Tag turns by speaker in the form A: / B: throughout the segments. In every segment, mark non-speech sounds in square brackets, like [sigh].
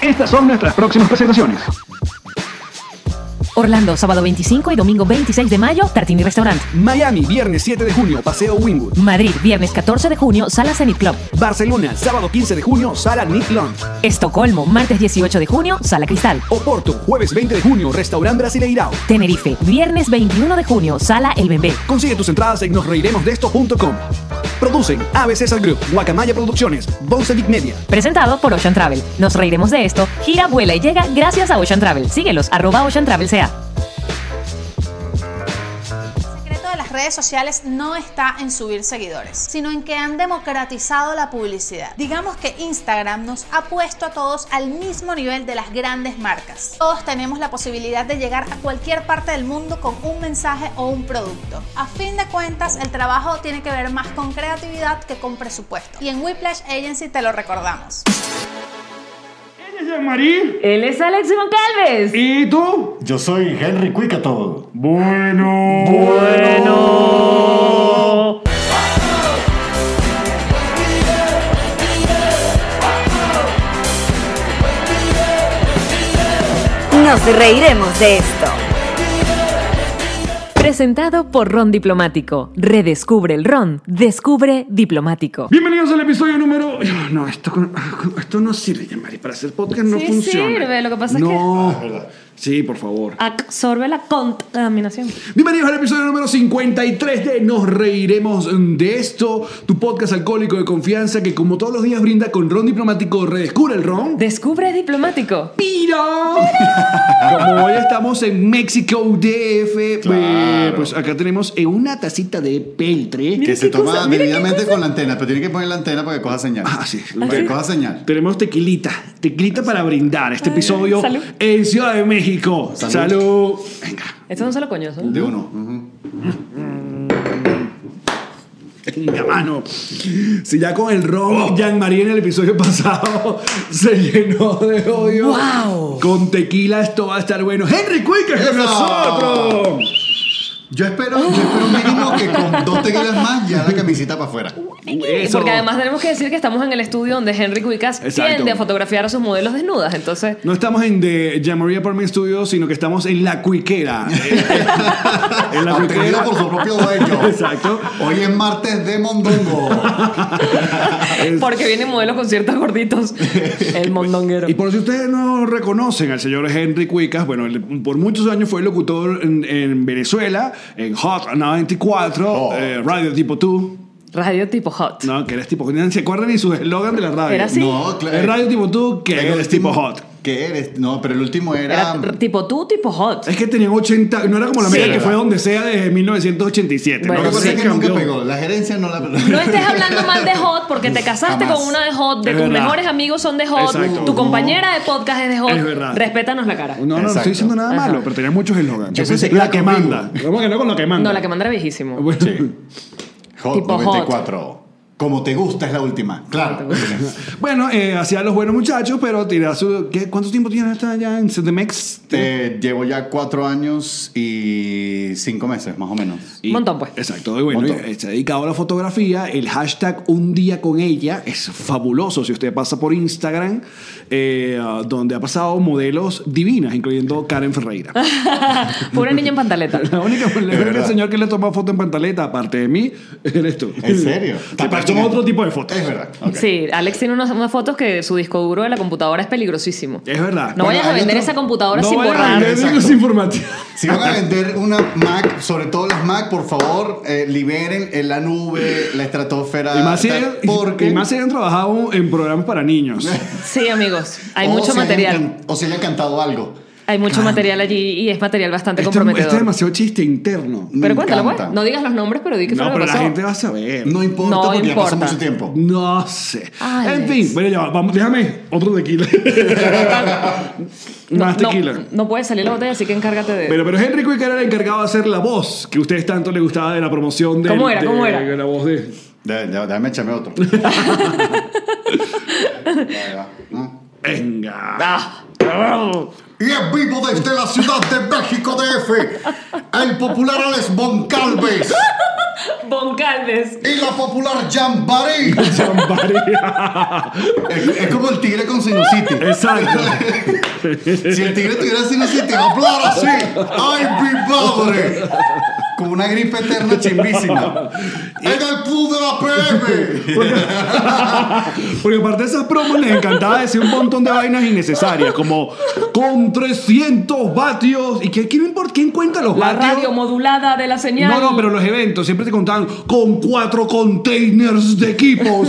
A: Estas son nuestras próximas presentaciones.
B: Orlando, sábado 25 y domingo 26 de mayo, Tartini Restaurant.
C: Miami, viernes 7 de junio, Paseo Wynwood.
B: Madrid, viernes 14 de junio, Sala Zenit Club.
C: Barcelona, sábado 15 de junio, Sala Nick Lunch.
B: Estocolmo, martes 18 de junio, Sala Cristal.
C: Oporto, jueves 20 de junio, Restaurant Brasileirao.
B: Tenerife, viernes 21 de junio, Sala El Bembé.
C: Consigue tus entradas en nosreiremosdeesto.com. Producen ABC Sal Group, Guacamaya Producciones, Big Media.
B: Presentado por Ocean Travel. Nos reiremos de esto. Gira, vuela y llega gracias a Ocean Travel. Síguelos, arroba Ocean Travel sea.
D: El secreto de las redes sociales no está en subir seguidores, sino en que han democratizado la publicidad. Digamos que Instagram nos ha puesto a todos al mismo nivel de las grandes marcas. Todos tenemos la posibilidad de llegar a cualquier parte del mundo con un mensaje o un producto. A fin de cuentas, el trabajo tiene que ver más con creatividad que con presupuesto. Y en Whiplash Agency te lo recordamos.
E: Marí.
B: Él es Alex Goncalves.
E: ¿Y tú?
F: Yo soy Henry Cuicato.
E: Bueno.
F: Bueno.
G: Nos reiremos de esto.
B: Presentado por Ron Diplomático. Redescubre el Ron. Descubre Diplomático.
E: Bienvenidos al episodio número. No, esto, esto no sirve, ya, Mari. Para hacer podcast no
H: Sí
E: funciona.
H: sirve, lo que pasa es
E: No. Sí, por favor.
H: Absorbe la contaminación.
E: Bienvenidos al episodio número 53 de Nos Reiremos de Esto, tu podcast alcohólico de confianza que, como todos los días, brinda con ron diplomático Redescubre el Ron.
H: Descubre diplomático.
E: ¡Piro! Como hoy estamos en México DF, eh,
F: Claro.
E: pues acá tenemos eh, una tacita de peltre.
F: Que se
H: qué
F: toma
H: cosa, mira qué
F: debidamente con la antena, pero tiene que poner la antena para que coja señal.
E: Ah, sí.
F: Para
E: Sí.
F: que coja señal.
E: Tenemos tequilita, tequilita para brindar este
H: Ay,
E: episodio
H: salud.
E: en Ciudad de México. Salud.
F: Salud.
E: Venga.
H: Esto es un solo coñazo.
F: De uno. ujú.
E: Venga, mano. Si ya con el
H: Oh.
E: ron, Jean-Marie en el episodio [laughs] pasado se llenó de odio.
H: Wow.
E: Con tequila esto va a estar bueno. ¡Henry Quick es con
F: Eso.
E: nosotros!
F: Yo espero, yo espero mínimo que con dos tequilas más ya la camisita para afuera.
H: Y
E: Eso.
H: Porque además tenemos que decir que estamos en el estudio donde Henry Cuicas
E: Exacto.
H: tiende a fotografiar a sus modelos desnudas. Entonces,
E: No estamos en The Jean-Marie Apartment Studio, sino que estamos en La Cuiquera. [laughs] en La
F: Obtenido
E: Cuiquera.
F: por su propio dueño.
E: Exacto.
F: Hoy es martes de mondongo.
E: Es-
H: porque vienen modelos con ciertos
E: [laughs]
H: gorditos. El mondonguero.
E: Y por si ustedes no reconocen al señor Henry Cuicas, bueno, él por muchos años fue locutor en, en Venezuela, en Hot 94,
F: Oh.
E: eh, Radio Tipo Tú.
H: Radio tipo hot.
E: No, que eres tipo hot. ¿Se acuerdan de su eslogan de la radio?
H: Era así.
F: No, claro.
E: Es Radio Tipo Tú, que
F: Pero el
E: eres tipo
F: último-
E: hot.
F: Que eres. No, pero el último
H: Era
F: era.
H: r- tipo tú, tipo hot.
E: Es que tenían 80, no era como la
H: Sí.
E: media que fue donde sea desde 1987.
H: Bueno,
F: Lo que
E: ¿no?
F: pasa
H: sí,
F: es que
E: cambió.
F: nunca pegó. La gerencia no la.
H: No estés hablando mal de hot porque
E: [laughs]
H: te casaste
F: Jamás.
H: con una de hot, de
E: Es
H: tus
E: verdad.
H: mejores amigos son de hot,
E: Exacto.
H: tu compañera de podcast es de hot.
E: Es verdad.
H: Respétanos la cara.
E: No, no, no
F: Exacto.
E: estoy diciendo nada
H: Ajá.
E: malo, pero tenía muchos eslogans.
F: Yo pensé que
E: la
F: era
E: que
F: conmigo.
E: manda. ¿Cómo que no con la que [laughs] manda?
H: No, la que manda era viejísimo.
E: Bueno,
F: Hot
H: Tipo hot.
F: 94. Como te gusta es la última. Claro.
E: [laughs] Bueno, eh, hacía los buenos muchachos, pero tira su. ¿qué? ¿Cuánto tiempo tiene esta ya en CDMX?
F: Te Este, llevo ya cuatro años y cinco meses, más o menos.
E: Un
H: Montón, pues.
E: Exacto, y bueno,
F: Montón.
E: eh, se ha dedicado a la fotografía. El hashtag Un Día con Ella es fabuloso. Si usted pasa por Instagram, eh, ah, donde ha pasado modelos divinas, incluyendo
H: [laughs]
E: Karen Ferreira.
H: Pura niña en pantaleta.
E: [laughs] La única la única
F: verdad.
E: señor que le toma foto en pantaleta, aparte de mí, eres tú. [laughs]
F: ¿En serio?
E: Te pa- toma otro tipo de fotos.
F: Es verdad. ok.
H: Sí, Alex tiene unas, unas fotos que su disco duro de la computadora es peligrosísimo.
E: Es verdad.
H: No
F: Bueno,
H: vayas a
F: hay
H: vender
F: otro-
H: esa computadora
E: No
H: sin
E: vayan a
H: borrar.
E: vender
F: Exacto.
E: discos informativos.
F: Si
E: [laughs]
F: van a vender una Mac, sobre todo las Mac, por favor, eh, liberen en la nube, la estratosfera.
E: Y más si
F: tal,
E: hayan-
F: porque
E: y más si hayan trabajado en programas para niños.
H: Sí, amigos, hay
E: Oh,
F: o
H: mucho
F: si hayan
H: material.
F: can- O se le ha cantado algo.
H: Hay mucho material allí y es material bastante
E: Este,
H: comprometedor.
E: este es demasiado chiste interno.
F: me
H: pero cuéntalo, pues.
F: encanta.
H: No digas los nombres, pero di que fue
E: No,
H: lo que
E: pero la
H: pasó.
E: gente va a saber.
F: No importa
H: No
F: porque ya pasó
H: importa.
F: mucho tiempo.
E: No sé.
H: Alex.
E: En fin, bueno, ya va, vamos, déjame otro tequila. Más tequila.
H: [laughs] No, no puede salir la botella, así que encárgate de.
E: Pero, pero Henry Cuica era el encargado de hacer la voz que a ustedes tanto les gustaba de la promoción de.
H: ¿Cómo era?
E: de-
H: ¿Cómo era?
E: de la voz de.
F: Ya, ya, déjame
H: [laughs]
F: echarme otro. Ya, ya, ¿no?
E: Venga.
H: Ah,
F: Y en vivo desde la Ciudad de México DF, el popular Alex Moncalves
H: Bon Calves.
F: y la popular Jambaré. Es, es como el tigre con sinusitis.
E: Exacto.
F: Si el tigre tuviera sinusitis, hablar así. ¡Ay, mi padre! Como una gripe eterna chimbísima. ¡En el club de la
H: [laughs]
F: PM!
E: [laughs] Porque aparte de esas promos les encantaba decir un montón de vainas innecesarias, como con 300 vatios. ¿Y qué, qué me importa? ¿Quién cuenta los
H: La
E: vatios?
H: radio modulada de la señal.
E: No, no, pero los eventos siempre te contaban con cuatro containers de equipos.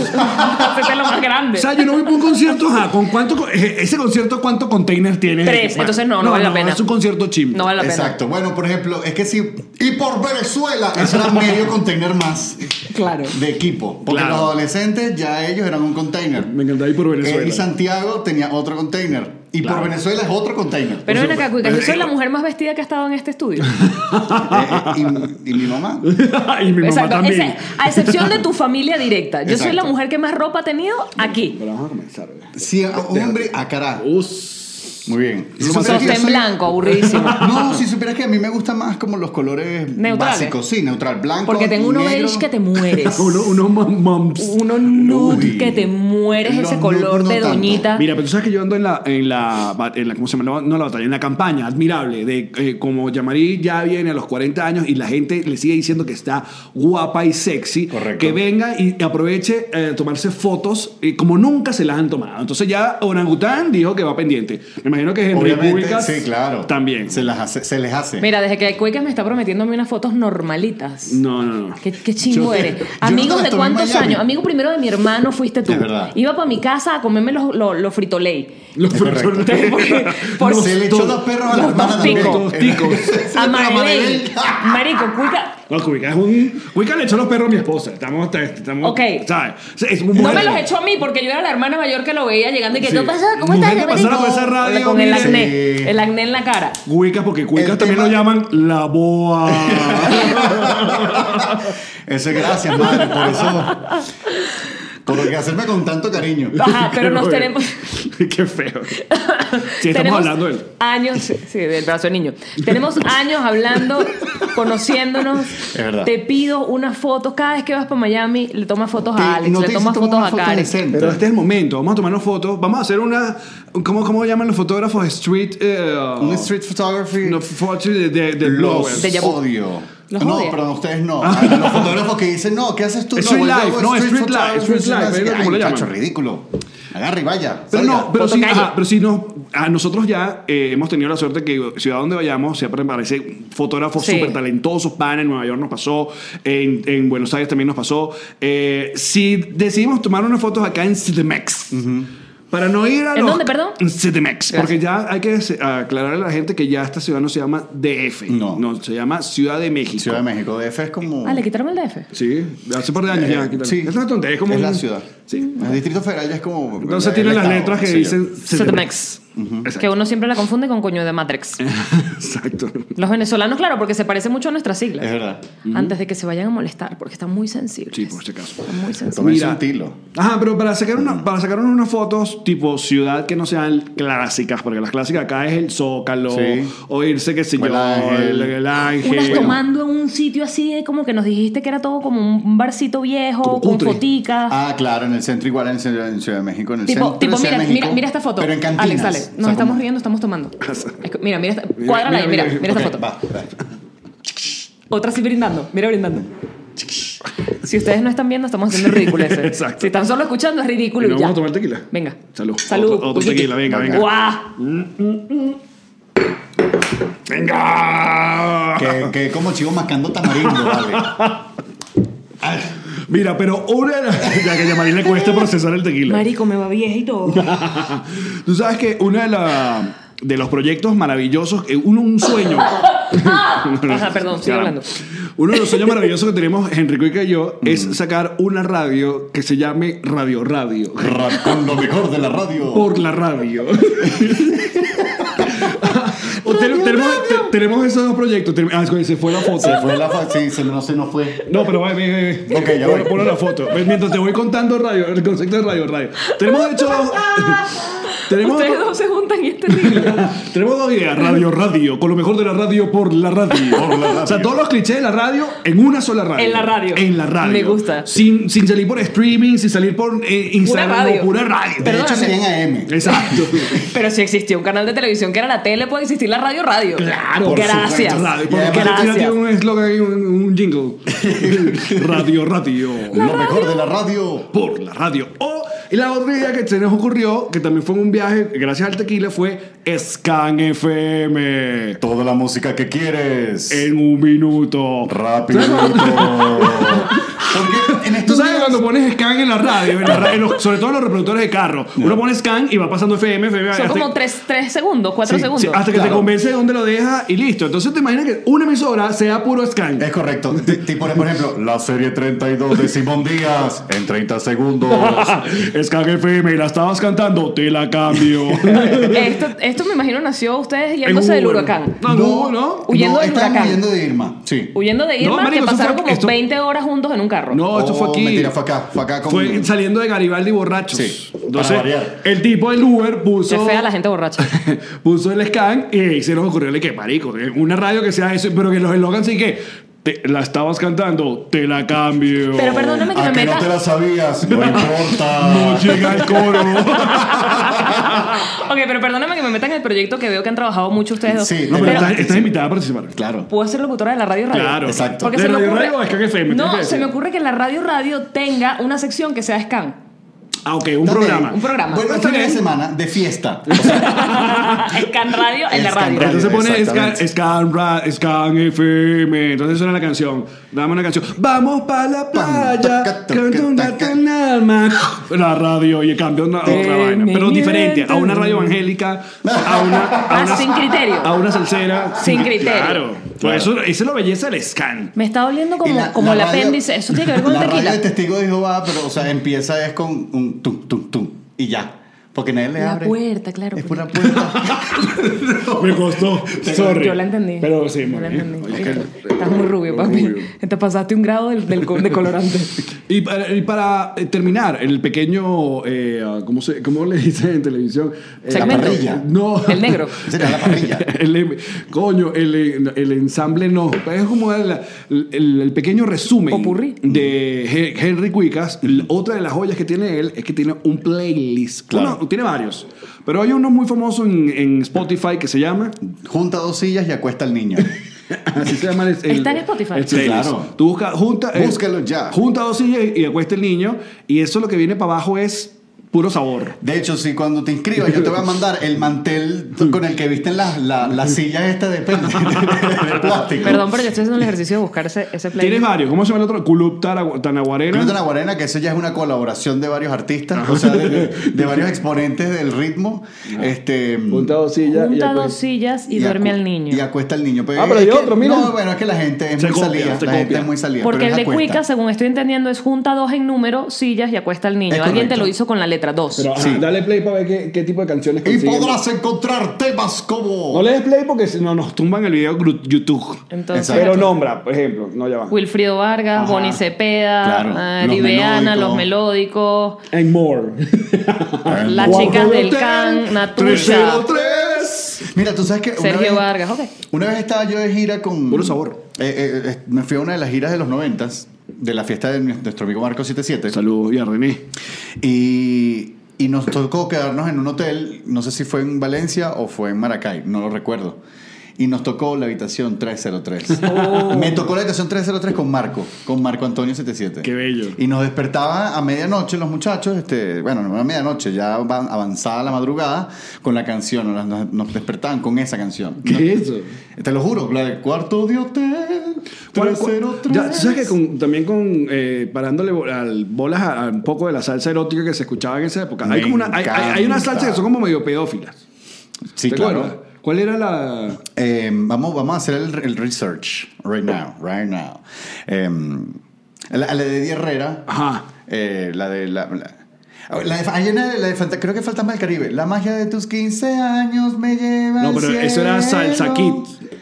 H: [laughs] Ese es lo más grande.
E: [laughs] O sea, yo no voy para un concierto, ajá, ¿con cuánto? co- eh, ¿Ese concierto cuántos containers tiene?
H: Tres, entonces no, no vale la pena.
E: Es un concierto chimbo.
H: no vale la pena.
F: Exacto. Bueno, por ejemplo, es que si. Y por Venezuela, eso era medio container más
H: Claro.
F: de equipo. Porque
E: Claro.
F: los adolescentes ya ellos eran un container.
E: Me encantaba ir por Venezuela.
F: Eh, y Santiago tenía otro container. Y por Venezuela es otro container.
H: Pero ven acá, Cuica, yo soy
E: eh,
H: la mujer más vestida que ha estado en este estudio.
E: [laughs]
F: Eh, eh, y, y mi mamá.
E: [laughs] y mi mamá
H: Exacto.
E: también.
H: Ese- a excepción
F: [laughs]
H: de tu familia directa. Yo soy la
F: Exacto.
H: mujer que más ropa ha tenido aquí.
E: Pero vamos a comenzar. ¿verdad?
F: Sí, un hombre a cara.
E: Us.
F: Muy bien. Si supieras que yo
H: Sostén
F: soy-
H: blanco, aburridísimo.
F: [laughs] No, si supieras que a mí me gustan más como los colores
H: Neutrales.
F: básicos. Sí, neutral, blanco.
H: Porque tengo uno
F: negro.
H: beige que te
F: [laughs]
H: mueres.
E: Uno, uno mam- mams.
H: Uno nude
F: Uy.
H: que te mueres
F: Los
H: ese
F: nude
H: color
F: no
H: de
F: tanto.
H: doñita.
E: Mira, pero tú sabes que yo ando en la, en la, ba- en la- ¿cómo se llama? No la batalla, en la campaña admirable de eh, como Yamari ya viene a los 40 años y la gente le sigue diciendo que está guapa y sexy.
F: Correcto.
E: Que venga y aproveche eh, tomarse fotos eh, como nunca se las han tomado. Entonces ya Orangután dijo que va pendiente. Me imagino que Henry
F: Obviamente,
E: Públicas
F: sí, claro.
E: también.
F: Se, las hace- se les hace.
H: Mira, desde que Cuica me está prometiendo a mí unas fotos normalitas.
E: No, no, no.
H: Qué, qué chingo
F: Yo-
H: eres.
F: yo
H: Amigo
F: no
H: de
F: estoy en
H: cuántos
F: Miami.
H: años. Amigo primero de mi hermano fuiste tú.
F: Es verdad.
H: Iba para mi casa a comerme los, los, los [laughs]
F: [laughs]
H: fritoley.
E: Los
F: correcto.
E: profesores- [laughs]
H: Por
F: se le echó
E: dos-
F: los perros a la
H: los
F: hermana
H: dos
F: también.
H: ticos.
E: Dos ticos.
H: A
F: Maribel.
H: Maribel. Marico, Cuica.
E: No, Cuica es un. Cuica le echó los perros a mi esposa. Estamos. este, estamos
H: Ok.
E: ¿Sabes? Es un
H: No
E: mujer-
H: me los echó a mí porque yo era la hermana mayor que lo veía llegando y que
E: Sí.
H: ¿qué pasó? ¿Cómo
E: Mujer
H: estás?
E: que pasara por esa radio,
H: con el
E: mire.
H: acné.
F: Sí.
H: El acné en la cara.
E: Cuicas, porque
F: El
E: cuicas también
F: tema-
E: lo llaman la [laughs] boa.
F: Eso es gracias, madre, por eso. Por lo que hacerme con tanto cariño.
E: Ah,
H: Ajá, pero
E: [laughs]
H: nos
E: Qué
H: tenemos.
E: feo. Qué feo. Sí, estamos
H: tenemos
E: hablando del.
H: Años, sí, del brazo del niño. Tenemos años hablando, conociéndonos.
F: Es verdad.
H: Te pido unas fotos. Cada vez que vas para Miami, le tomas fotos a
F: Te-
H: Alex, le
F: dice,
H: tomas
F: toma
H: fotos
F: una
H: a
F: foto en
H: Karen.
F: el centro.
E: Pero este es el momento. Vamos a tomarnos fotos. Vamos a hacer una. ¿Cómo, cómo llaman los fotógrafos? Street. eh,
F: Un street photography.
E: No, foto de, de, de
F: los
E: blowers.
H: De Yahoo.
F: odio.
H: Los
F: no,
H: odia.
F: pero ustedes
E: [laughs]
F: no. A los fotógrafos que dicen, no, ¿qué haces tú?
E: Street
F: yo hago
E: life, no, street life,
F: photography".
E: street life,
F: Ay,
E: es como lo llaman.
F: muchacho, ridículo. Agarra y vaya.
E: Pero
F: salga.
E: no, pero
H: Foto
E: sí,
H: calle.
E: ajá, pero sí no, a nosotros ya eh, hemos tenido la suerte que ciudad donde vayamos siempre aparece fotógrafos
H: Sí.
E: súper talentosos, pan en Nueva York nos pasó, en, en Buenos Aires también nos pasó. Eh, si decidimos tomar unas fotos acá en CDMX, para no ir a
H: ¿En
E: los-
H: dónde, perdón?
E: En CDMX, porque ya hay que aclararle a la gente que ya esta ciudad no se llama DF,
F: No.
E: se llama Ciudad de México.
F: Ciudad de México, DF es como.
H: Ah, le quitaron el DF.
E: Sí, hace un par de años ya. ¿qué tal?
F: Eh, sí.
E: Es una tontería, es como
F: Es la
E: un-
F: ciudad.
E: Sí.
F: El Distrito Federal ya es como.
E: Entonces
F: el
E: tiene las
F: estado,
E: letras que
F: qué sé yo.
E: dicen
H: Setmex.
E: Exacto.
H: Que uno siempre la confunde con coño de Matrix.
E: Exacto.
H: Los venezolanos, claro, porque se parece mucho a nuestras siglas.
F: Es verdad.
H: Antes de que se vayan a molestar, porque están muy sensibles.
E: Sí, por si acaso.
H: Están muy sensibles.
F: Tómense
E: Mira.
F: un tilo.
E: Ajá, pero para sacar, una, para sacar unas fotos tipo ciudad que no sean clásicas, porque las clásicas acá es el Zócalo,
F: Sí.
E: o irse, qué sé
F: O el
E: yo,
F: Ángel.
E: el, el ángel.
H: Unas tomando en un sitio así, de como que nos dijiste que era todo como un barcito viejo,
E: Como
H: con
E: cutre.
H: foticas.
F: Ah, claro, en el centro, igual en, el centro- en Ciudad de México. En el
H: Tipo,
F: centro
H: tipo
F: de Ciudad
H: mira,
F: de México,
H: mira, mira esta foto.
F: Pero en cantinas.
H: Alex, Alex,
F: O sea,
H: nos estamos
F: como-
H: riendo, estamos tomando. Es que- Mira, mira, esta,
E: Mira,
H: cuádrala ahí,
E: mira,
H: mira, mira,
E: mira,
H: esta
F: Ok,
H: foto.
F: va, va.
H: Otra así brindando, mira brindando. Si ustedes no están viendo, estamos haciendo ridiculeces.
E: Exacto.
H: Si están solo escuchando, es ridículo.
E: ¿Y no
H: y ya.
E: vamos a tomar tequila?
H: Venga.
E: Salud.
H: Salud.
E: Otro, otro
H: Cuiquito.
E: tequila, venga, venga.
H: Guau.
E: ¡Venga!
F: Que, que como chivo mascando
E: [laughs]
F: tamarindo, vale.
E: Mira, pero una de las. [laughs] Ya que a Marín le cuesta procesar el tequila.
H: Marico, me va viejo y todo.
E: Tú sabes que uno de, la- de los proyectos maravillosos, eh, uno un sueño.
H: [laughs] Ajá, perdón, sigue hablando.
E: Uno de los sueños maravillosos que tenemos, Enrico y yo, es sacar una radio que se llame Radio Radio.
F: Ra- Con lo mejor de la radio.
E: Por la
F: [laughs]
E: radio. O te- tenemos, te- tenemos esos dos proyectos. Ten- ah, se fue la foto.
F: Se fue la fa- Sí, se, no se nos fue.
E: No, pero ve, ve, ve.
F: Ok, ya
E: Pon-
F: voy. [laughs]
E: ponlo la foto. Ve, Mientras te voy contando radio, el concepto de radio, radio. Tenemos de hecho dos- Tenemos,
H: Ustedes
E: otro-
H: dos se juntan y este es terrible.
E: tenemos dos ideas. Radio, radio. Con lo mejor de la radio por la radio.
F: Por la radio.
E: O sea, todos los clichés de la radio en una sola radio.
H: En la radio.
E: En la radio.
H: Me gusta.
E: Sin, sin salir por streaming, sin salir por eh, Instagram. o
H: radio.
E: Pura
F: [laughs]
E: radio.
H: Pero-
F: De hecho, serían AM.
E: Exacto.
H: Pero si existía un canal de televisión que era la tele, puede existir la radio radio.
E: Claro,
F: por
H: gracias.
F: supuesto,
E: radio.
F: Y
E: Porque
F: además
E: Argentina
H: gracias.
E: tiene un eslogan y un, un jingle. [laughs] radio, radio.
F: Lo mejor de la radio.
E: Por la radio. O y la otra idea que se nos ocurrió, que también fue en un viaje, gracias al tequila, fue Scan FM.
F: Toda la música que quieres.
E: En un minuto.
F: Rapidito. [laughs] Porque en
E: Tú
F: estos
E: sabes
F: días-
E: cuando pones scan en la radio, en la ra- en los- sobre todo en los reproductores de carro, uno pone scan y va pasando FM, FM.
H: Son
E: hasta-
H: como 3 segundos, 4
E: Sí,
H: segundos.
E: sí, hasta que te
F: Claro.
E: convence de dónde lo deja y listo. Entonces te imaginas que una emisora sea puro scan.
F: Es correcto. Ti- Tipo, por ejemplo, la serie 32 de Simón Díaz en
E: [laughs]
F: 30 segundos.
E: Scan FM, la estabas cantando, te la
F: [laughs]
E: cambio.
H: Esto, esto me imagino nació ustedes yéndose
E: En
H: del
E: Uber.
H: huracán.
E: No, no, no.
H: Huyendo del
F: estaban
H: huracán.
F: huyendo de Irma. Sí.
H: Huyendo de
E: No,
H: Irma,
E: marico,
H: que
E: eso
H: pasaron
E: fue-
H: como
E: esto-
H: 20 horas juntos en un carro.
E: No, esto fue
F: Oh,
E: aquí.
F: Mentira, fue acá. Fue acá con.
E: Fue saliendo de Garibaldi borrachos.
F: Sí, para
E: Entonces,
F: variar.
E: el tipo del Uber
H: Qué
E: puso,
H: fea la gente
E: [laughs]
H: borracha.
E: puso el scan y se nos ocurrió le que marico, una radio que sea eso, pero que los eslogans sí que te- la estabas cantando, te la cambio.
H: Pero perdóname que
E: Ah,
H: me
F: A Ah, que no te
H: meta.
F: la sabías.
E: [laughs]
F: No
E: No
F: importa.
E: llega el
F: [laughs]
E: coro.
H: [laughs] Ok, pero perdóname que me meta en el proyecto que veo que han trabajado mucho ustedes dos.
F: Sí,
E: No, pero,
F: Pero-
E: estás, estás invitada a participar.
F: Claro.
H: Puedo ser locutora de la radio radio.
E: Claro.
F: Exacto.
E: ¿De
H: se me
E: Radio
H: ocurre-
E: Radio o Scan FM? Tienes que
H: No, se
E: decir.
H: me ocurre que la radio radio tenga una sección que sea Scan.
E: Ah, ok, un
F: Dale.
E: programa.
H: Un programa.
F: Bueno, este
E: Está
F: fin de
E: bien.
F: semana de fiesta. O sea,
H: [laughs] Scan radio en la
F: Scan
H: radio.
F: radio.
E: Entonces pone Scan,
F: Exactamente.
E: Scan Ra- Scan FM. Entonces suena la canción. Dame una canción. Vamos para la playa.
F: taca, taca,
E: Cantando
F: taca.
E: un alma. La radio. Y cambia una, otra vaina. Pero diferente. A una radio evangélica. A una. A
H: Ah,
E: una
H: sin criterio.
E: A una salsera.
H: Sin criterio.
E: Claro. Por eso, esa es la belleza del
F: [laughs]
E: Scan.
H: Me está oliendo
F: y
H: como,
F: la-
H: como
F: la
H: el
F: radio-
H: apéndice. Eso tiene que ver con el
F: [laughs] la radio de
H: tequila.
F: testigo de Jehová, pero, o sea, empieza es con un tum, tum, tum. Y ya. Porque nadie le
H: La
F: abre.
H: puerta, pues. claro,
F: Es
H: porque-
F: pura puerta.
E: Me costó. Sorry.
H: Yo la entendí.
E: Pero sí,
H: Yo la
E: muy bien.
H: entendí.
E: Oye, que-
H: Estás muy rubio, papi. Te pasaste un grado del, del co- de
F: [laughs]
H: colorante.
E: Y para, y para, eh, terminar, el pequeño, eh, ¿cómo, se, ¿cómo le dicen en televisión? Eh,
H: Segmento.
F: La parrilla.
E: No.
H: El
E: [laughs]
H: negro.
F: Sería la
H: [laughs]
F: parrilla.
E: El em- coño, el, eh, el ensamble no. Es como el, el- el pequeño resumen
H: Popurrí.
E: de He- Henry Cuicas. L- Otra de las joyas que tiene él es que tiene un playlist.
F: Claro.
E: Uno- tiene varios. Pero hay uno muy famoso en, en Spotify que se llama.
F: Junta dos sillas y acuesta al niño.
E: Así se llama el, el-
H: Está en Spotify.
E: el
F: Sí,
E: playlist.
F: claro.
E: Tú busca, junta, eh,
F: Búscalo ya.
E: Junta dos sillas y, y acuesta el niño. Y eso lo que viene para abajo es puro sabor.
F: De hecho, si cuando te inscribas, yo te voy a mandar el mantel con el que visten las la, las sillas estas de, pel- [laughs] de plástico.
H: Perdón, pero yo estoy haciendo el ejercicio de buscar ese, ese playlist.
E: Tienes varios. ¿Cómo se llama el otro? Club Tara- Tanaguarena.
F: Club de la Guarena, que eso ya es una colaboración de varios artistas, o sea, de, de- de varios exponentes del ritmo. Este,
E: Junta dos sillas. y
H: Junta
E: acuesta-
H: dos sillas y,
F: acu-
H: duerme al niño.
F: Y acuesta al niño. Pues,
E: Ah, pero
F: es
E: hay
F: que-
E: otro, mira.
F: No, bueno, es que la gente es
E: Se
F: muy
E: copia,
F: salida.
E: se
F: La gente
E: copia.
F: es muy salida.
H: Porque
F: pero
H: el
F: es
H: de
F: acuesta.
H: Cuica, según estoy entendiendo, es junta dos en número, sillas y acuesta al niño.
F: Es
H: Alguien te
F: correcto.
H: lo hizo con la letra dos.
E: Pero ajá,
F: Sí.
E: dale play para ver qué, qué tipo de canciones
F: Y
E: consiguen.
F: podrás encontrar temas como.
E: No le des play porque si no nos tumban el video gru- YouTube.
H: Entonces,
F: Exacto.
E: Pero nombra, por ejemplo, no ya va.
H: Wilfrido Vargas,
F: Ajá.
H: Bonnie Cepeda,
F: Claro.
H: eh,
F: Los
H: Diveana,
F: Melódicos.
H: Los Melódicos,
E: And more.
H: Las
E: Guau,
H: Chicas del
E: Hotel,
H: Can, Natucha,
E: 303.
F: Mira, tú sabes que. una
H: Sergio
F: vez-
H: Vargas. Ok.
F: Una vez estaba yo de gira con.
E: Puro sabor.
F: Eh, eh, eh, me fui a una de las giras de los noventas, de la fiesta de mi- nuestro amigo Marco 77.
E: Saludos y a René.
F: Y, y nos tocó quedarnos en un hotel, no sé si fue en Valencia o fue en Maracay, no lo recuerdo. Y nos tocó la
E: [laughs]
F: habitación 303.
E: Oh.
F: Me tocó la habitación 303 con Marco, con Marco Antonio 77.
E: Qué bello.
F: Y nos despertaba a medianoche los muchachos, este, bueno, no a medianoche, ya van- avanzada la madrugada, con la canción, nos- nos, nos despertaban con esa canción.
E: ¿Qué es eso?
F: Te lo juro, la del cuarto de hotel.
E: Pero cu-
F: 303.
E: ya, tú sabes que con- también con eh, parándole bo- al- bolas a, a un poco de la salsa erótica que se escuchaba en esa época. Hay
F: Me
E: como una, hay, hay, hay unas salsas que son como medio pedófilas.
F: Sí,
E: ¿Te
F: claro.
E: acuerdas? ¿Cuál era la?
F: Eh, vamos, vamos a hacer el, el research right now, right now. Eh, la, la de Eddie Herrera.
E: Ajá.
F: Eh, la de la. la- la de- hay una de- la de Fanta- creo que falta del Caribe. La magia de tus 15 años me lleva.
E: No,
F: al
E: pero eso era
F: cielo.
E: salsa kit.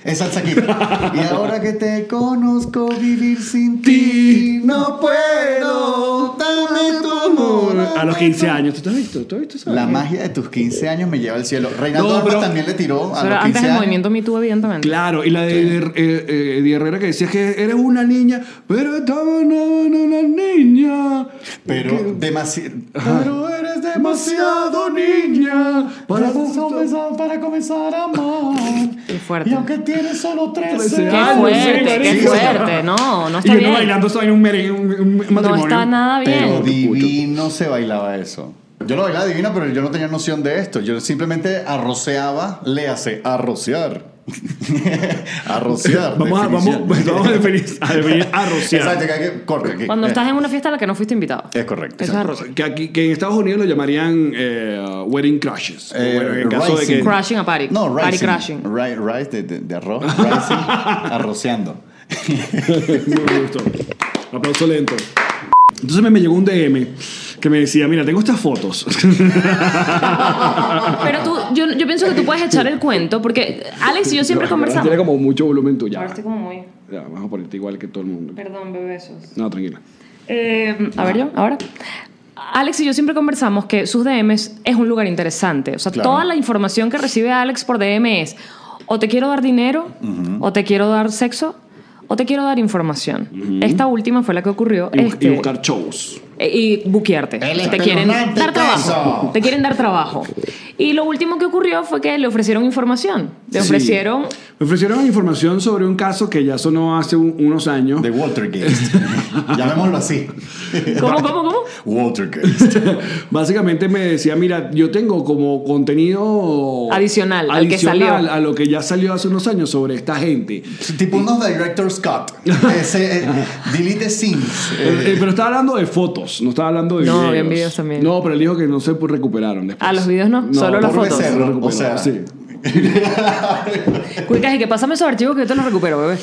F: Es salsa aquí. y ahora que te conozco, vivir sin ti no puedo. Dame tu amor.
E: A los 15 años, ¿tú te has visto? ¿Tú has visto esa
F: La
E: vaina?
F: magia de tus 15 años me lleva al cielo. Reinaldo
E: No,
F: Armas
E: pero-
F: también le tiró a
H: Eso era
F: los 15
H: antes del
F: años.
H: movimiento Me Too, evidentemente.
E: Claro, y la de, de- eh, eh, Eddie Herrera que decía que eres una niña, pero estaba una, una niña.
F: Pero,
E: Que-
F: demasiado.
E: pero eres demasiado niña para comenzar, para comenzar a amar.
H: [laughs] Qué fuerte.
E: tienes solo 13
H: Qué
E: años,
H: fuerte,
E: sí,
H: qué
E: marico.
H: fuerte. No, no
E: Y
H: está
E: uno
H: bien.
E: bailando eso en un, merengue, un, un
H: no
E: matrimonio.
H: está nada
F: Pero
H: bien.
F: divino se bailaba eso. Yo lo bailaba divino, pero yo no tenía noción de esto. Yo simplemente arroceaba, léase, arrocear. [laughs] arrocear.
E: Vamos a,
F: definición.
E: vamos, [laughs] vamos a definir, a, definir a rociar.
F: Exacto, que hay que- corta aquí.
H: Cuando
F: Eh,
H: estás en una fiesta a la que no fuiste invitado.
F: Es correcto.
H: Eso es arroz.
E: Ah, Que, aquí, que en Estados Unidos lo llamarían eh, wedding crashes.
F: Eh,
E: bueno, en el caso de
F: rising.
E: que.
H: Crashing a party.
F: No,
H: Party
F: rising.
H: crashing.
F: Ri- rice de, de- de arroz.
E: [laughs]
F: Rising, arroceando.
E: Muy gusto. Aplauso lento. Entonces me, me llegó un DM que me decía, mira, tengo estas fotos. [laughs]
H: Pero tú, yo, yo pienso que tú puedes echar el cuento porque Alex y yo siempre conversamos.
E: Tiene como mucho volumen tuyo.
H: Ahora estoy como muy.
E: Ya, vamos a ponerte igual que todo el mundo.
H: Perdón, bebesos.
E: No, tranquila.
H: Eh, a ver yo, ahora. Alex y yo siempre conversamos que sus DMs es un lugar interesante. O sea,
F: Claro.
H: toda la información que recibe Alex por DM es o te quiero dar dinero, o te quiero dar sexo, o te quiero dar información. Esta última fue la que ocurrió.
E: Y, bu-
H: este,
E: y buscar shows.
H: e- y buquearte.
F: El
H: Te quieren
F: espeluznante
H: dar trabajo.
F: queso.
H: Te quieren dar trabajo. Y lo último que ocurrió fue que le ofrecieron información. Le
E: Sí.
H: ofrecieron
E: Me ofrecieron información sobre un caso que ya sonó hace un- unos años.
F: De Watergate. [laughs] Llamémoslo así.
H: ¿Cómo, cómo,
E: [laughs]
H: cómo?
F: Watergate.
E: Básicamente me decía, mira, yo tengo como contenido
H: Adicional al que
E: adicional
H: salió.
E: a lo que ya salió hace unos años sobre esta
F: Eh.
E: gente.
F: tipo unos Director's Cut. Ese, eh, delete scenes.
E: Eh, eh, pero estaba hablando de fotos, no estaba hablando de
H: No,
E: videos.
H: habían videos también.
E: No, pero él dijo que no se recuperaron después.
H: Ah, los videos no, solo las
F: por
H: fotos.
F: becerro,
E: Lo
F: o sea.
E: recuperaron, sí.
H: Cuicas, y que pásame esos archivos que yo te los recupero,
E: [laughs]
H: bebé.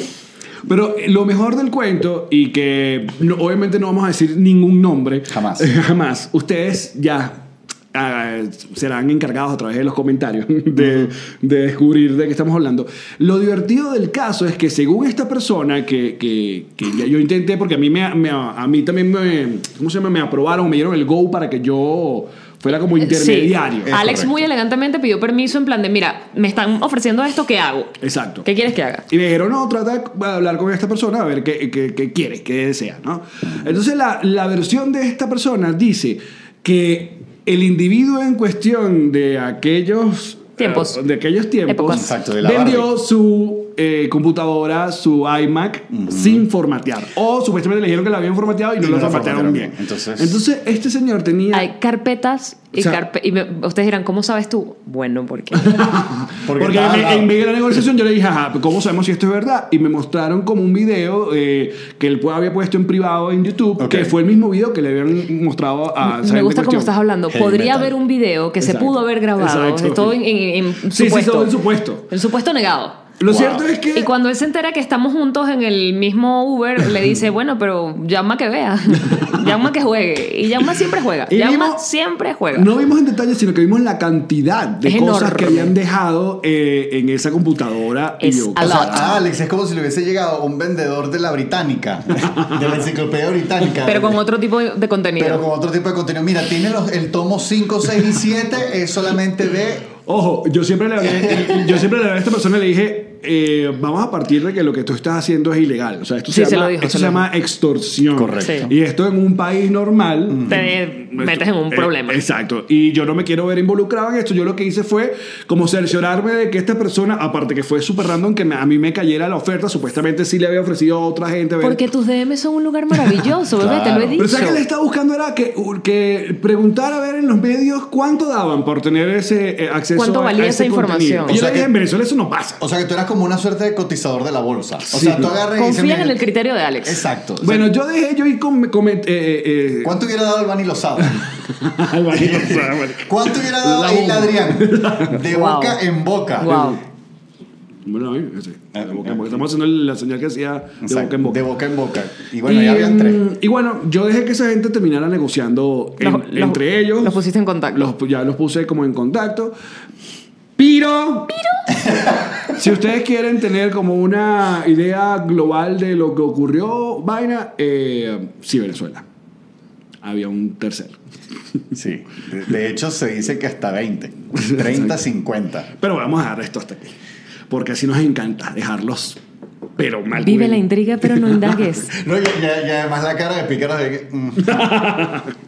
E: Pero eh, lo mejor del cuento, y que no- obviamente no vamos a decir ningún nombre.
F: Jamás.
E: [laughs] jamás. Ustedes ya ah, serán encargados a través de los comentarios [laughs] de, de descubrir de qué estamos hablando. Lo divertido del caso es que según esta persona que, que- que ya yo intenté, porque a mí, me, me- a mí también me, ¿cómo se llama? me aprobaron, me dieron el go para que yo fuera como intermediario.
H: Sí.
F: Es
H: Alex
F: correcto.
H: muy elegantemente pidió permiso en plan de, mira, me están ofreciendo esto, ¿qué hago?
E: Exacto.
H: ¿Qué quieres que haga?
E: Y me dijeron, no, trata de hablar con esta persona a ver qué, qué- qué quiere, qué desea, ¿no? Entonces la, la versión de esta persona dice que el individuo en cuestión de aquellos
H: Tiempos.
E: eh, de aquellos tiempos
H: Épocas.
F: Exacto, de la
E: vendió
F: Barbie.
E: su eh, computadora, su iMac sin formatear. O supuestamente le dijeron que la habían formateado y no
F: Y
E: lo
F: no la
E: formatearon,
F: formatearon
E: bien.
F: bien. Entonces-
E: este señor tenía
H: Hay carpetas y,
E: O sea-
H: carpe- y me- ustedes dirán, ¿cómo sabes tú? Bueno,
E: [laughs]
H: porque...
F: Porque
E: Porque,
F: estaba
E: en,
F: al lado.
E: en medio de la negociación yo le dije, ajá, ¿cómo sabemos si esto es verdad? Y me mostraron como un video eh, que él pues había puesto en privado en YouTube,
F: Ok.
E: que fue el mismo video que le habían mostrado a esa
H: Me gusta
E: gente en
H: cómo
E: cuestión.
H: estás hablando.
F: Heavy
H: Podría
F: metal.
H: haber un video que se
E: Exacto.
H: pudo haber grabado.
E: Exacto.
H: Es todo en, en- en supuesto.
E: Sí, sí, todo en supuesto.
H: El supuesto negado.
E: Lo
F: Wow.
E: cierto es que...
H: Y cuando él se entera que estamos juntos en el mismo Uber, le
E: [laughs]
H: dice, bueno, pero llama que vea, [laughs] llama que juegue. Y llama siempre juega.
E: y
H: llama
E: vimos-
H: siempre juega.
E: No vimos en detalle, sino que vimos la cantidad de
H: Es
E: cosas
H: enorme.
E: que habían dejado eh, en esa computadora.
H: Es
E: yo,
H: a
F: O sea,
H: lot.
F: a Alex es como si le hubiese llegado un vendedor de la británica, de la enciclopedia británica.
H: Pero con otro tipo de contenido.
F: Pero con otro tipo de contenido. Mira, tiene los- el tomo 5, 6 y 7, es solamente de.
E: Ojo, yo siempre le
H: [laughs]
E: hablé, yo siempre le hablé a esta persona y le dije, eh, vamos a partir de que lo que tú estás haciendo es ilegal. O sea, esto
H: Sí,
E: se,
H: se
E: llama,
H: lo dijo, se
E: esto se
H: lo
E: llama extorsión.
F: Correcto.
H: Sí.
E: Y esto en un país normal.
H: Te Mm. metes en un
E: Eh,
H: problema.
E: exacto. Y yo no me quiero ver involucrado en esto. Yo lo que hice fue como cerciorarme de que esta persona, aparte que fue súper random, que me- a mí me cayera la oferta, supuestamente sí le había ofrecido a otra gente. ver-
H: Porque tus DM son un lugar maravilloso, bebé, te lo he
F: Claro.
H: dicho.
E: pero ¿sabes que le estaba buscando? Era que, que preguntar a ver en los medios cuánto daban por tener ese eh, acceso
H: ¿Cuánto
E: a- a
H: valía esa
E: ese contenido.
H: información?
E: Y
F: O
E: yo
F: sea
E: le dije,
F: que-
E: en Venezuela eso no pasa.
F: O sea, que tú eras como una suerte de cotizador de la bolsa. O
E: Sí.
F: sea, tú agarras y dices,
H: Confían
F: mira,
H: en el criterio de Alex.
F: Exacto. O sea,
E: Bueno, yo dejé yo ir con... con- eh, eh, eh,
F: ¿Cuánto hubiera dado el Bani Lozada?
E: [laughs] al
F: [laughs]
E: baño, o sea, bueno.
F: ¿Cuánto hubiera dado
E: La
F: el
E: bomba.
F: Adrián? De
H: Wow.
F: boca en boca.
H: Wow.
E: Bueno, ahí, ese,
F: Ah,
E: de boca en
F: ah.
E: boca. Estamos haciendo la señal que hacía de boca
F: Exacto,
E: en boca.
F: De boca en boca. Y bueno,
E: y,
F: ya habían tres.
E: mm, y bueno, yo dejé que esa gente terminara negociando en-
H: Los- los-
E: entre ellos.
H: los pusiste en contacto.
E: Los- ya los puse como en contacto. Piro. Piro. [laughs] Si ustedes quieren tener como una idea global de lo que ocurrió, vaina, eh, sí, Venezuela. Había un tercero.
F: Sí. De- De hecho, se dice que hasta 20. 30, 50.
E: Pero vamos a dejar esto hasta aquí. Porque así nos encanta dejarlos, pero mal.
H: Vive la intriga, pero no
E: [laughs]
H: indagues.
F: No, y, y- y además la cara de pícaro de que, mm,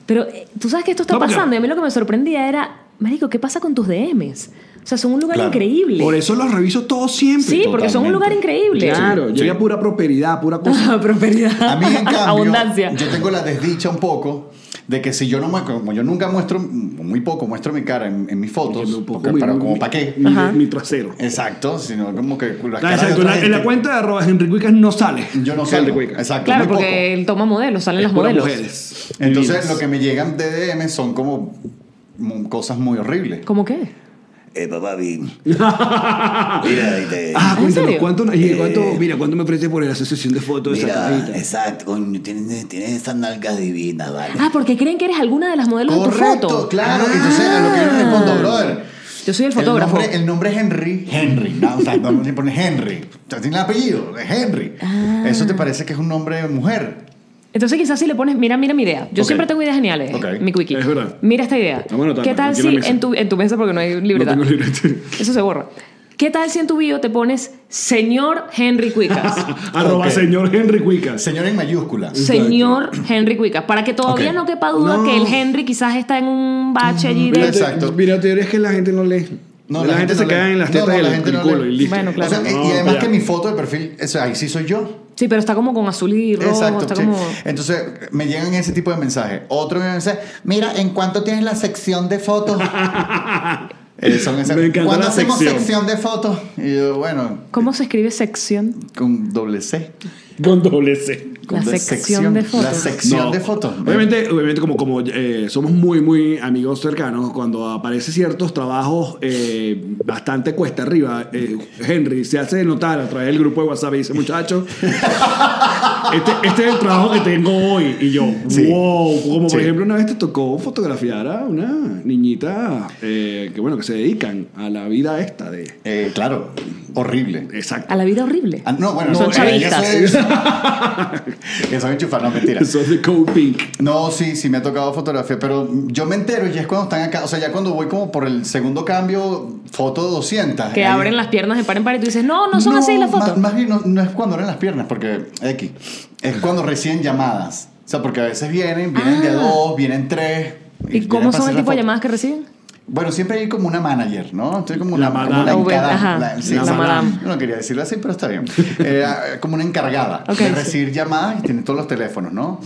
H: Pero eh, tú sabes que esto está
E: No, porque-
H: pasando. Y a mí lo que me sorprendía era, Marico, ¿qué pasa con tus DMs? O sea, son un lugar
F: Claro.
H: increíble.
E: Por eso los reviso todos siempre.
H: sí, porque son un
F: Totalmente.
H: lugar increíble.
E: Claro, yo ya pura prosperidad, pura cosa.
H: [laughs] Prosperidad.
F: A mí,
H: [laughs]
F: en cambio,
H: Abundancia.
F: yo tengo la desdicha un poco de que si yo no muestro, como yo nunca muestro, muy poco muestro mi cara en, en mis fotos,
E: Un poco
F: porque-
E: mi-
F: pero
E: mi-
F: como para qué.
E: Mi,
H: Ajá.
E: mi trasero.
F: Exacto, sino como que la
E: Ah, exacto, en la- en la cuenta de arroba Henriquicas no sale.
F: yo no
E: Henry
F: salgo.
E: Cuica.
F: Exacto,
H: Claro,
F: muy
H: porque él toma modelos, salen las
E: Puras
H: modelos.
E: mujeres.
F: poco. Entonces,
E: Divinas.
F: lo que me llegan de DM son como mm, cosas muy horribles.
H: ¿Cómo qué?
F: Eh, papá,
E: [laughs]
F: vi- mira, y te-
E: Ah,
H: ¿En
E: cuéntanos,
H: serio?
E: ¿cuánto, oye,
F: Eh,
E: cuánto- mira, ¿cuánto me ofreces por la asociación de fotos de esa
F: mira,
E: cajita?
F: exacto, coño, tienes, tienes esas nalgas divinas, vale.
H: Ah, porque creen que eres alguna de las modelos de tu
F: Correcto,
H: foto. Ah.
F: claro. Entonces, a lo que yo le respondo, brother.
H: Yo soy el fotógrafo.
F: nombre, el nombre es Henry. Henry. No, o sea, no le pones Henry. O sea, tiene el apellido, es Henry.
H: Ah.
F: Eso te parece que es un nombre de mujer.
H: Entonces quizás si le pones, mira, mira mi idea. Yo
F: Ok.
H: siempre tengo ideas geniales,
F: Ok.
H: mi quickie.
E: Es verdad.
H: Mira esta idea.
E: Vamos a anotarla
H: ¿Qué tal
E: aquí en la
H: si
E: mesa.
H: en tu, en tu mesa, porque no hay
E: No
H: libreta?
E: tengo
F: [laughs]
E: libreta.
H: Eso se borra. ¿Qué tal si en tu bio te pones señor Henry
E: [laughs]
H: Cuicas?
E: Arroba
F: Ok.
E: señor Henry Cuicas.
F: Señor en mayúscula.
H: señor Henry Cuicas. Para que todavía
F: Ok.
H: no quepa duda que el Henry quizás está en un bache allí de...
E: Mira,
F: Exacto.
E: te- Mira, la teoría es que la gente no lee.
F: No,
E: la, gente, se
F: no
E: queda
F: lee.
E: en las
F: No,
E: tetas
F: no,
E: y
F: la
E: el,
F: gente
E: el
F: no
E: culo
F: lee.
E: y listo.
H: Bueno, claro.
F: O sea, y-
E: No,
F: y además
E: ya.
F: que mi foto de perfil, eso, ahí sí soy yo.
H: Sí, pero está como con azul y rojo. está
F: Exacto. sí.
H: como...
F: Entonces, me llegan ese tipo de mensajes. Otro me mensaje, mira, ¿en cuánto tienes la sección
H: [laughs]
F: de fotos? Eh, son esas-
E: Me encanta
F: ¿Cuándo
E: la
F: hacemos
E: sección.
F: sección de fotos? Y yo, bueno,
H: ¿Cómo se escribe sección?
F: con doble C.
E: Con doble C.
H: La
F: Con doble
H: sección de
F: La
H: fotos.
F: sección de fotos.
E: Obviamente, obviamente como, como eh, somos muy, muy amigos cercanos, cuando aparecen ciertos trabajos eh, bastante cuesta arriba, eh, Henry se hace notar a través del grupo de WhatsApp y dice,
F: [laughs]
E: muchachos, este, este es el trabajo que tengo hoy. Y yo,
F: Sí.
E: wow. Como por
F: Sí.
E: ejemplo, una vez te tocó fotografiar a una niñita eh, que, bueno, que se dedican a la vida esta de...
F: Eh, claro, horrible.
E: Exacto.
H: A la vida horrible.
F: Ah, no, bueno,
H: Son
F: no,
H: chavistas.
F: eh, Eso [laughs] es, eso es enchufar, no, mentira.
E: Eso es de Code Pink.
F: No, sí, sí me ha tocado fotografía, pero yo me entero y es cuando están acá, o sea, ya cuando voy como por el segundo cambio, foto 200.
H: Que
F: ahí-
H: abren las piernas de par en par y tú dices, no, no son así las fotos.
F: Más, más bien no, no es cuando abren las piernas, porque X, es cuando recién llamadas. O sea, porque a veces vienen, vienen de a
H: Ah.
F: dos, vienen tres.
H: ¿Y
F: vienen
H: cómo
F: para
H: son
F: hacer
H: el
F: la
H: tipo de
F: foto.
H: llamadas que reciben?
F: Bueno, siempre hay como una manager, ¿no? Estoy como
E: La
F: una, como
E: madame.
F: una
E: La
H: Uber,
F: encarada-
H: ajá,
E: la
F: madame.
H: madame.
F: No quería decirlo así, pero está bien. Era [laughs] como una encargada
H: Ok, sí.
F: de recibir llamadas y tiene todos los teléfonos, ¿no?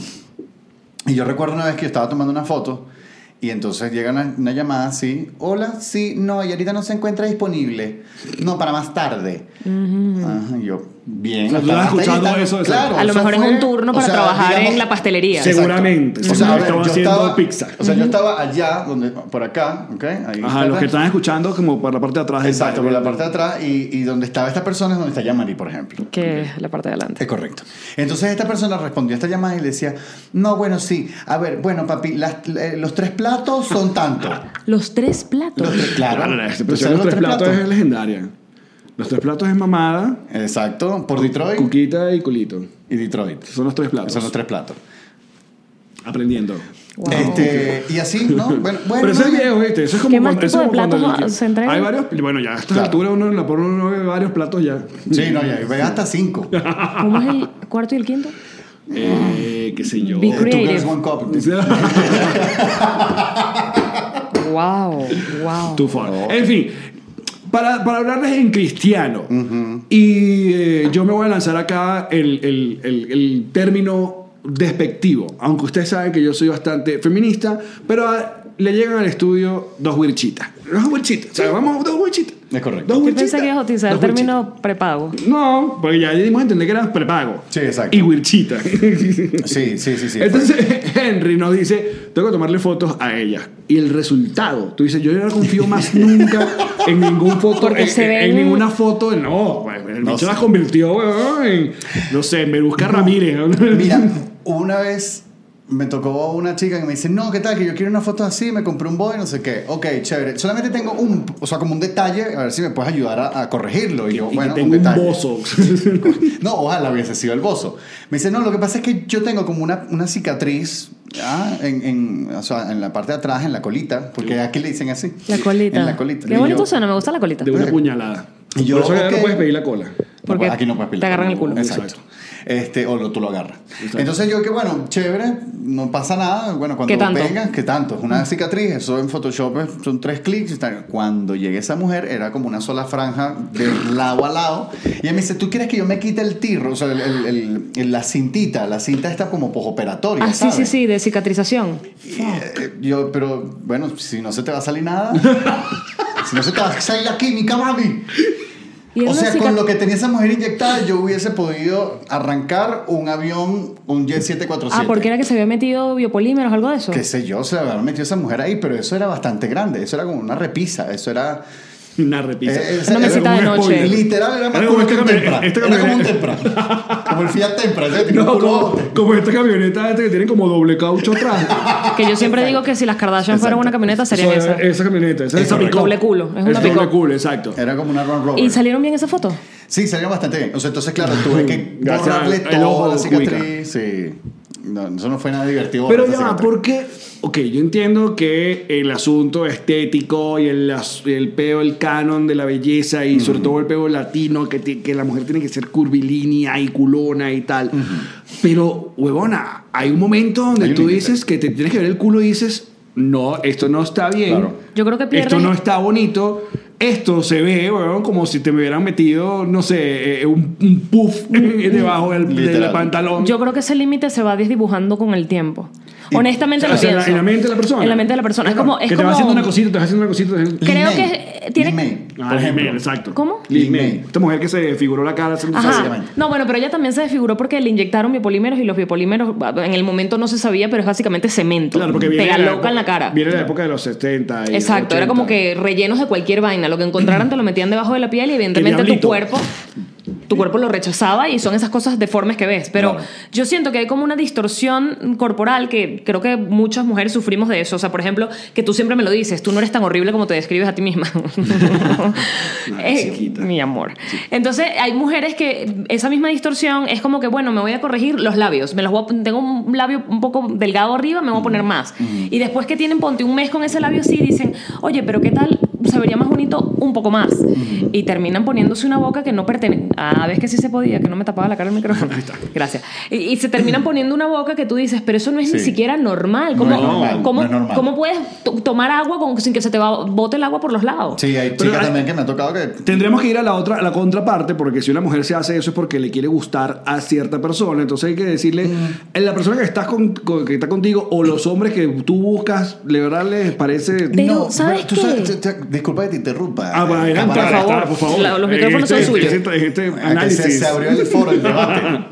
F: Y yo recuerdo una vez que yo estaba tomando una foto y entonces llega una, una llamada así, hola, sí, no, y ahorita no se encuentra disponible. No, para más tarde. Ajá, y yo, bien.
E: O sea, tú
F: hasta-
E: has
F: hasta ahí
E: escuchado
F: está-
E: eso, eso.
F: Claro.
H: A lo
F: eso
H: mejor es
F: fue-
H: un turno
F: o
H: para
F: sea,
H: trabajar en
F: digamos-
H: la pastelería.
E: Sí.
F: Exacto.
E: Seguramente,
F: O sea,
E: seguramente
F: a ver,
E: estaba
F: yo
E: haciendo pizza.
F: O sea, yo estaba allá, donde, por acá, ¿ok? Ahí
E: Ajá, los que están escuchando como por la parte de atrás. del-
F: Exacto, por la parte de atrás y, y donde estaba esta persona es donde está Yamari, por ejemplo.
H: Que es la parte de
F: Es
H: adelante.
F: correcto. Entonces esta persona respondió a esta llamada y le decía, no, bueno, sí, a ver, bueno, papi, las- eh, los tres platos
E: [laughs]
F: son tanto.
H: Los tres platos.
F: Los tres, claro.
E: Claro, la
F: ¿Tú
E: expresión
F: sabes
E: los tres platos, es legendaria. Los tres platos es mamada,
F: Exacto, por Detroit
E: cuquita y culito.
F: y Detroit.
E: Son los tres platos.
F: Son los tres platos.
E: Aprendiendo.
H: Wow.
F: Este, y así,
E: [laughs]
F: ¿no? Bueno, bueno,
E: Pero eso es
F: mami.
E: viejo, ¿viste? Eso es como
H: ¿Qué más tipo
E: cuando- eso es
H: de
E: como
H: platos
E: cuando-
H: se entregan?
E: Hay varios. Bueno, ya a estas
F: Claro.
E: alturas uno en la porno no ve varios platos ya.
F: Sí, no, ya, ve
E: [laughs]
F: hasta cinco. Eh,
H: ¿Cómo es el cuarto y el quinto?
E: Eh, qué sé yo.
H: Be
E: [laughs]
F: Two girls,
H: creative.
F: one cup.
H: Wow, wow.
E: Too far. En fin, para, para hablarles en cristiano, y eh, yo me voy a lanzar acá el, el- el- el término despectivo, aunque ustedes saben que yo soy bastante feminista, pero ah, le llegan al estudio dos huirchitas. Dos huirchitas, o sea, vamos, dos huirchitas.
F: Es correcto.
E: Dos
H: Yo
E: huirchitas,
H: pensé que ibas a utilizar el
E: dos huirchitas.
H: término prepago.
E: No, porque ya dimos a entender que eran prepago.
F: Sí, exacto.
E: Y huirchita.
F: [laughs] Sí, sí, sí, sí.
E: [laughs] Entonces Henry nos dice, tengo que tomarle fotos a ella. Y el resultado, tú dices, yo ya no confío más nunca en ningún foto,
H: Porque
E: en,
H: se
E: en-
H: ven-
E: en ninguna foto. No, bueno, el
F: No
E: bicho
F: sé.
E: las convirtió weón, en, no sé, en Berusca Ramírez.
F: Mira, hubo Pues, una vez me tocó una chica que me dice, no, ¿qué tal? Que yo quiero una foto así, me compré un boy, no sé qué. Ok, chévere. Solamente tengo un, o sea, como un detalle, a ver si me puedes ayudar a, a corregirlo. Y yo,
E: [laughs] y
F: bueno,
E: que tengo un
F: detalle.
E: bozo.
F: [laughs]
E: [laughs]
F: No, ojalá hubiese sido el bozo. Me dice, no, lo que pasa es que yo tengo como una, una cicatriz ¿ya? En, en- o sea, en la parte de atrás, en la colita, porque aquí le dicen así.
H: La
F: Sí,
H: colita.
F: En la colita.
H: Qué
F: Y
H: bonito
F: yo-
H: suena, me gusta la colita.
E: de una puñalada.
F: Y yo,
E: Por eso acá
F: ok.
E: no puedes pedir la cola. [laughs]
H: Porque
F: No, aquí no puedes pelar.
H: te agarran el culo.
F: Exacto.
E: Exacto.
F: Este, o lo- tú lo agarras. Entonces yo que bueno, chévere, no pasa nada. Bueno, cuando
H: ¿Qué tanto? Mm.
F: vengas, ¿qué tanto? Es una cicatriz, eso en Photoshop es- son tres clics. y tal. Cuando llegué esa mujer era como una sola franja de lado a lado. Y ella me dice, ¿tú quieres que yo me quite el tirro? O sea, el- el- el- el- la cintita, la cinta está como posoperatoria.
H: Ah, sí, sí,
F: ¿sabes?
H: sí, de cicatrización.
F: Y, eh, yo, pero bueno, si no se te va a salir
H: [laughs]
F: nada. si no se te va a salir la química, mami.
H: Y era
F: O
H: una
F: sea,
H: cicat-
F: con lo que tenía esa mujer inyectada, yo hubiese podido arrancar un avión, un Jet 747.
H: Ah, porque era que se había metido biopolímeros, algo de eso.
F: Qué sé yo, se la habían metido esa mujer ahí, pero eso era bastante grande. Eso era como una repisa. Eso era.
E: Una repisa.
F: eh,
H: Una
F: era
H: mesita
F: como
H: de
F: un
H: noche.
F: spoiler. Literal, era más
E: Era
F: como
E: como
F: que un
E: este
F: tempra.
E: camioneta- este
F: Era como un tempra.
E: camioneta.
F: Como el Fiat Tempra. ese tenía
E: [laughs] [laughs]
F: un
E: No,
F: culo
E: como,
F: bote.
E: como esta camioneta esta que tiene como doble caucho atrás.
H: [laughs] Que yo siempre digo que si las Kardashian fueran
F: Exacto.
H: una camioneta serían
E: Eso,
H: esas.
E: Esa camioneta. Esa,
F: Es
E: esa
F: correcto.
E: pick-up.
H: Doble culo, es una
E: Es doble
H: pick-up.
E: culo, exacto.
F: Era como una Run Rover.
H: ¿Y salieron bien esa foto?
F: Sí, salió bastante bien. O sea, entonces, claro, tuve que
E: [laughs] Gracias
F: borrarle
E: al- al ojo
F: toda la
E: cuica.
F: cicatriz. Sí. No, eso no fue nada divertido.
E: Pero
F: borrar
E: ya
F: esa
E: va,
F: cicatriz.
E: ¿por qué? Ok, yo entiendo que el asunto estético y el, as- el peo, el canon de la belleza y sobre todo el peo latino, que, ti- que la mujer tiene que ser curvilínea y culona y tal. Pero, huevona, hay un momento donde
F: Hay un
E: tú
F: límite.
E: dices que te tienes que ver el culo y dices, no, esto no está bien.
F: Claro.
H: Yo creo que pierdes-
E: Esto no está bonito. Esto se ve, huevón, como si te me hubieran metido, no sé, eh, un, un puff [laughs] debajo del, del
F: Literal.
E: pantalón.
H: Yo creo que ese límite se va desdibujando con el tiempo.
F: Y-
H: Honestamente
E: O
H: lo
E: sea, en la-
H: pienso.
E: en la mente de la persona.
H: En la mente de la persona. Es como... Es
E: que te
H: como
E: va haciendo una cosita, te va haciendo una cosita. te va haciendo-
H: Creo
F: Lin May.
H: que tiene-
F: Lin May,
E: Ah,
F: por ejemplo.
E: May, exacto.
H: ¿Cómo?
E: Lin May.
F: Lin May.
E: Esta mujer que se figuró la cara haciendo
H: Ajá.
F: Básicamente.
H: No, bueno, pero ella también se desfiguró porque le inyectaron biopolímeros y los biopolímeros bah, en el momento no se sabía, pero es básicamente cemento.
E: Claro, porque viene
H: Pega
E: de la
H: loca
E: época-
H: en la cara.
E: Viene de la época de los 70. y
H: Exacto, era
E: 80.
H: como que rellenos de cualquier vaina. Lo que encontraran te lo metían debajo de la piel y evidentemente
E: diablito.
H: tu cuerpo, tu cuerpo lo rechazaba y son esas cosas deformes que ves. Pero
F: Claro.
H: yo siento que hay como una distorsión corporal que creo que muchas mujeres sufrimos de eso. O sea, por ejemplo, que tú siempre me lo dices, tú no eres tan horrible como te describes a ti misma. [laughs] Eh,
E: chiquita.
H: mi amor. Entonces, hay mujeres que esa misma distorsión es como que, bueno, me voy a corregir los labios. Me los voy a pon- tengo un labio un poco delgado arriba, me voy a poner más. Y después que tienen, ponte un mes con ese labio así, dicen, oye, pero ¿qué tal? Se vería más bonito un poco más. Y terminan poniéndose una boca que no pertenece. Ah, ves que sí se podía, que no me tapaba la cara el
F: [laughs]
H: micrófono. Gracias. Y, y se terminan poniendo una boca que tú dices, pero eso no es ni
F: Sí.
H: siquiera normal.
F: No
H: ¿Cómo,
F: es normal,
H: cómo-
F: no es normal.
H: cómo puedes to- tomar agua con- sin que se te va- bote el agua por los lados?
F: Sí, hay
E: Pero
F: chicas
E: hay-
F: también que me ha tocado que
E: Tendremos que ir a la otra, a la contraparte, porque si una mujer se hace eso es porque le quiere gustar a cierta persona. Entonces hay que decirle,
H: Mm.
E: eh, la persona que estás con, con- que está contigo o los hombres que tú buscas, de verdad les parece.
H: Pero, ¿sabes
F: tú
H: qué?
F: te- te- disculpa que te interrumpa.
E: Ah, para
F: Eh,
E: adelante,
F: camarada.
E: para
H: favor.
E: estar, por favor.
H: La- los micrófonos son
E: Este-
H: suyos.
E: este- este
F: Acá
E: análisis.
F: Se, se abrió el foro,
E: [laughs]
F: el debate.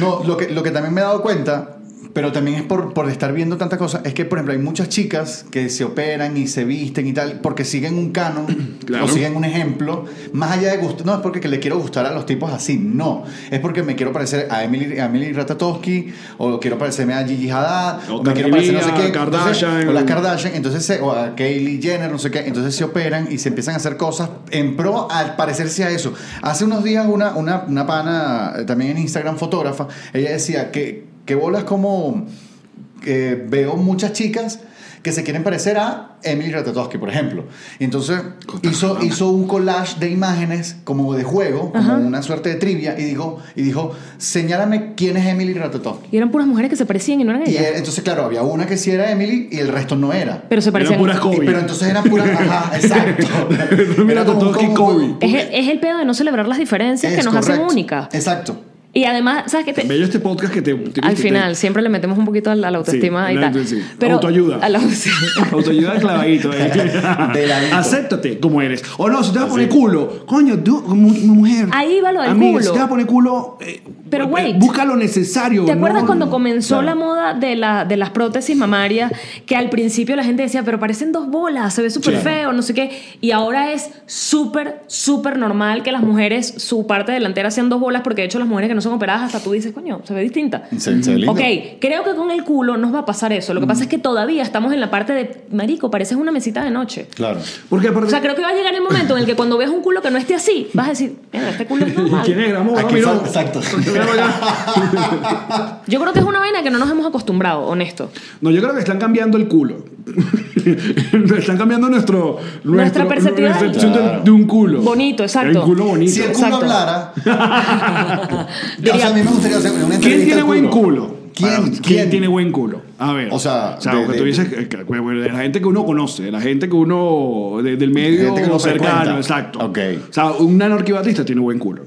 F: No, lo que, lo que también me he dado cuenta, pero también es por, por estar viendo tantas cosas, es que, por ejemplo, hay muchas chicas que se operan y se visten y tal, porque siguen un canon
E: [clears throat] Claro.
F: o siguen un ejemplo, más allá de gusto. No es porque que le quiero gustar a los tipos así, no. Es porque me quiero parecer a Emily, a Emily Ratatowski, o quiero parecerme a Gigi Haddad,
E: O
F: o, me quiero
E: Cardi
F: parecer no sé
E: B,
F: qué.
E: a
F: Entonces,
E: Kardashian.
F: o las Kardashian, entonces se- o a Kylie Jenner, no sé qué, entonces se operan y se empiezan a hacer cosas en pro al parecerse a eso. Hace unos días una, una, una pana, eh, también en Instagram fotógrafa, ella decía que, que bolas como eh, veo muchas chicas que se quieren parecer a Emily Ratatowski, por ejemplo. Y entonces hizo, hizo un collage de imágenes como de juego, como una suerte de trivia, y dijo, y dijo, señálame quién es Emily Ratatowski.
H: Y eran puras mujeres que se parecían y no eran
F: Y
H: ellas.
F: eh, entonces, claro, había una que sí era Emily y el resto no era.
H: Pero se parecían.
E: Eran puras
F: Y-
E: Kobe.
F: pero entonces era pura ajá, exacto.
E: Mira,
F: como-
E: Totoki
F: como-
E: Kobe.
H: Es el, es el pedo de no celebrar las diferencias que
F: Es
H: nos hacen
F: correcto.
H: únicas.
F: Exacto.
H: Y además, ¿sabes qué? Te-
E: Bello este podcast que te. te-
H: al
E: te-
H: final, siempre le metemos un poquito a la, a la autoestima
E: Sí,
H: y
E: la-
H: tal.
E: sí.
H: Pero,
E: Autoayuda.
H: a la- [laughs] sí.
E: [laughs] Autoayuda es clavadito. ¿eh?
F: [laughs] De ladito.
E: Acéptate como eres. O no, si te vas a poner culo. Coño, tú, mu- mujer.
H: Ahí va lo del
E: Amiga,
H: culo.
E: Si te vas a poner culo. eh,
H: Pero,
E: eh,
H: wait.
E: Busca lo necesario.
H: ¿Te
E: no-
H: acuerdas cuando comenzó
E: Claro.
H: la moda de, la, de las prótesis mamarias? Que al principio la gente decía, pero parecen dos bolas, se ve súper
F: Claro.
H: feo, no sé qué. Y ahora es súper, súper normal que las mujeres, su parte delantera sean dos bolas, porque de hecho las mujeres que no se son operadas, hasta tú dices, coño, se ve distinta.
F: Se- se ve lindo.
H: Ok, creo que con el culo nos va a pasar eso.
E: Mm.
H: Lo que pasa es que todavía estamos en la parte de, marico, pareces una mesita de noche.
F: Claro.
E: Porque aparte...
H: O sea, creo que va a llegar el momento en el que cuando veas un culo que no esté así, vas a decir, mira, este culo es
E: [laughs] ¿Y quién es?
H: normal.
E: Gramo,
F: Aquí
E: Miró. [laughs]
F: falta- exacto.
E: Gramo ya.
H: Yo creo que es una vaina que no nos hemos acostumbrado, honesto.
E: No, yo creo que están cambiando el culo. [laughs] están cambiando nuestro,
H: Nuestra
E: nuestro-
H: perceptividad.
E: nuestra percepción de-
F: Claro.
E: de un culo.
H: Bonito, exacto.
E: El culo bonito.
F: [laughs] Si el culo
H: Exacto.
F: hablara.
H: Diría-
F: o sea, a mí me gustaría hacer una
E: ¿Quién
F: entrevista
E: tiene
F: al
E: buen culo?
F: ¿Quién,
E: Para-
F: ¿quién?
E: tiene buen culo? A ver.
F: O sea,
E: o sea
F: de-
E: lo que
F: de-
E: tú dices, eh, que- bueno, de la gente que uno conoce, de la gente que uno. de- del medio
F: Gente que uno
E: cercano,
F: frecuenta.
E: exacto.
F: Ok.
E: O sea, un anarquibatista tiene buen culo.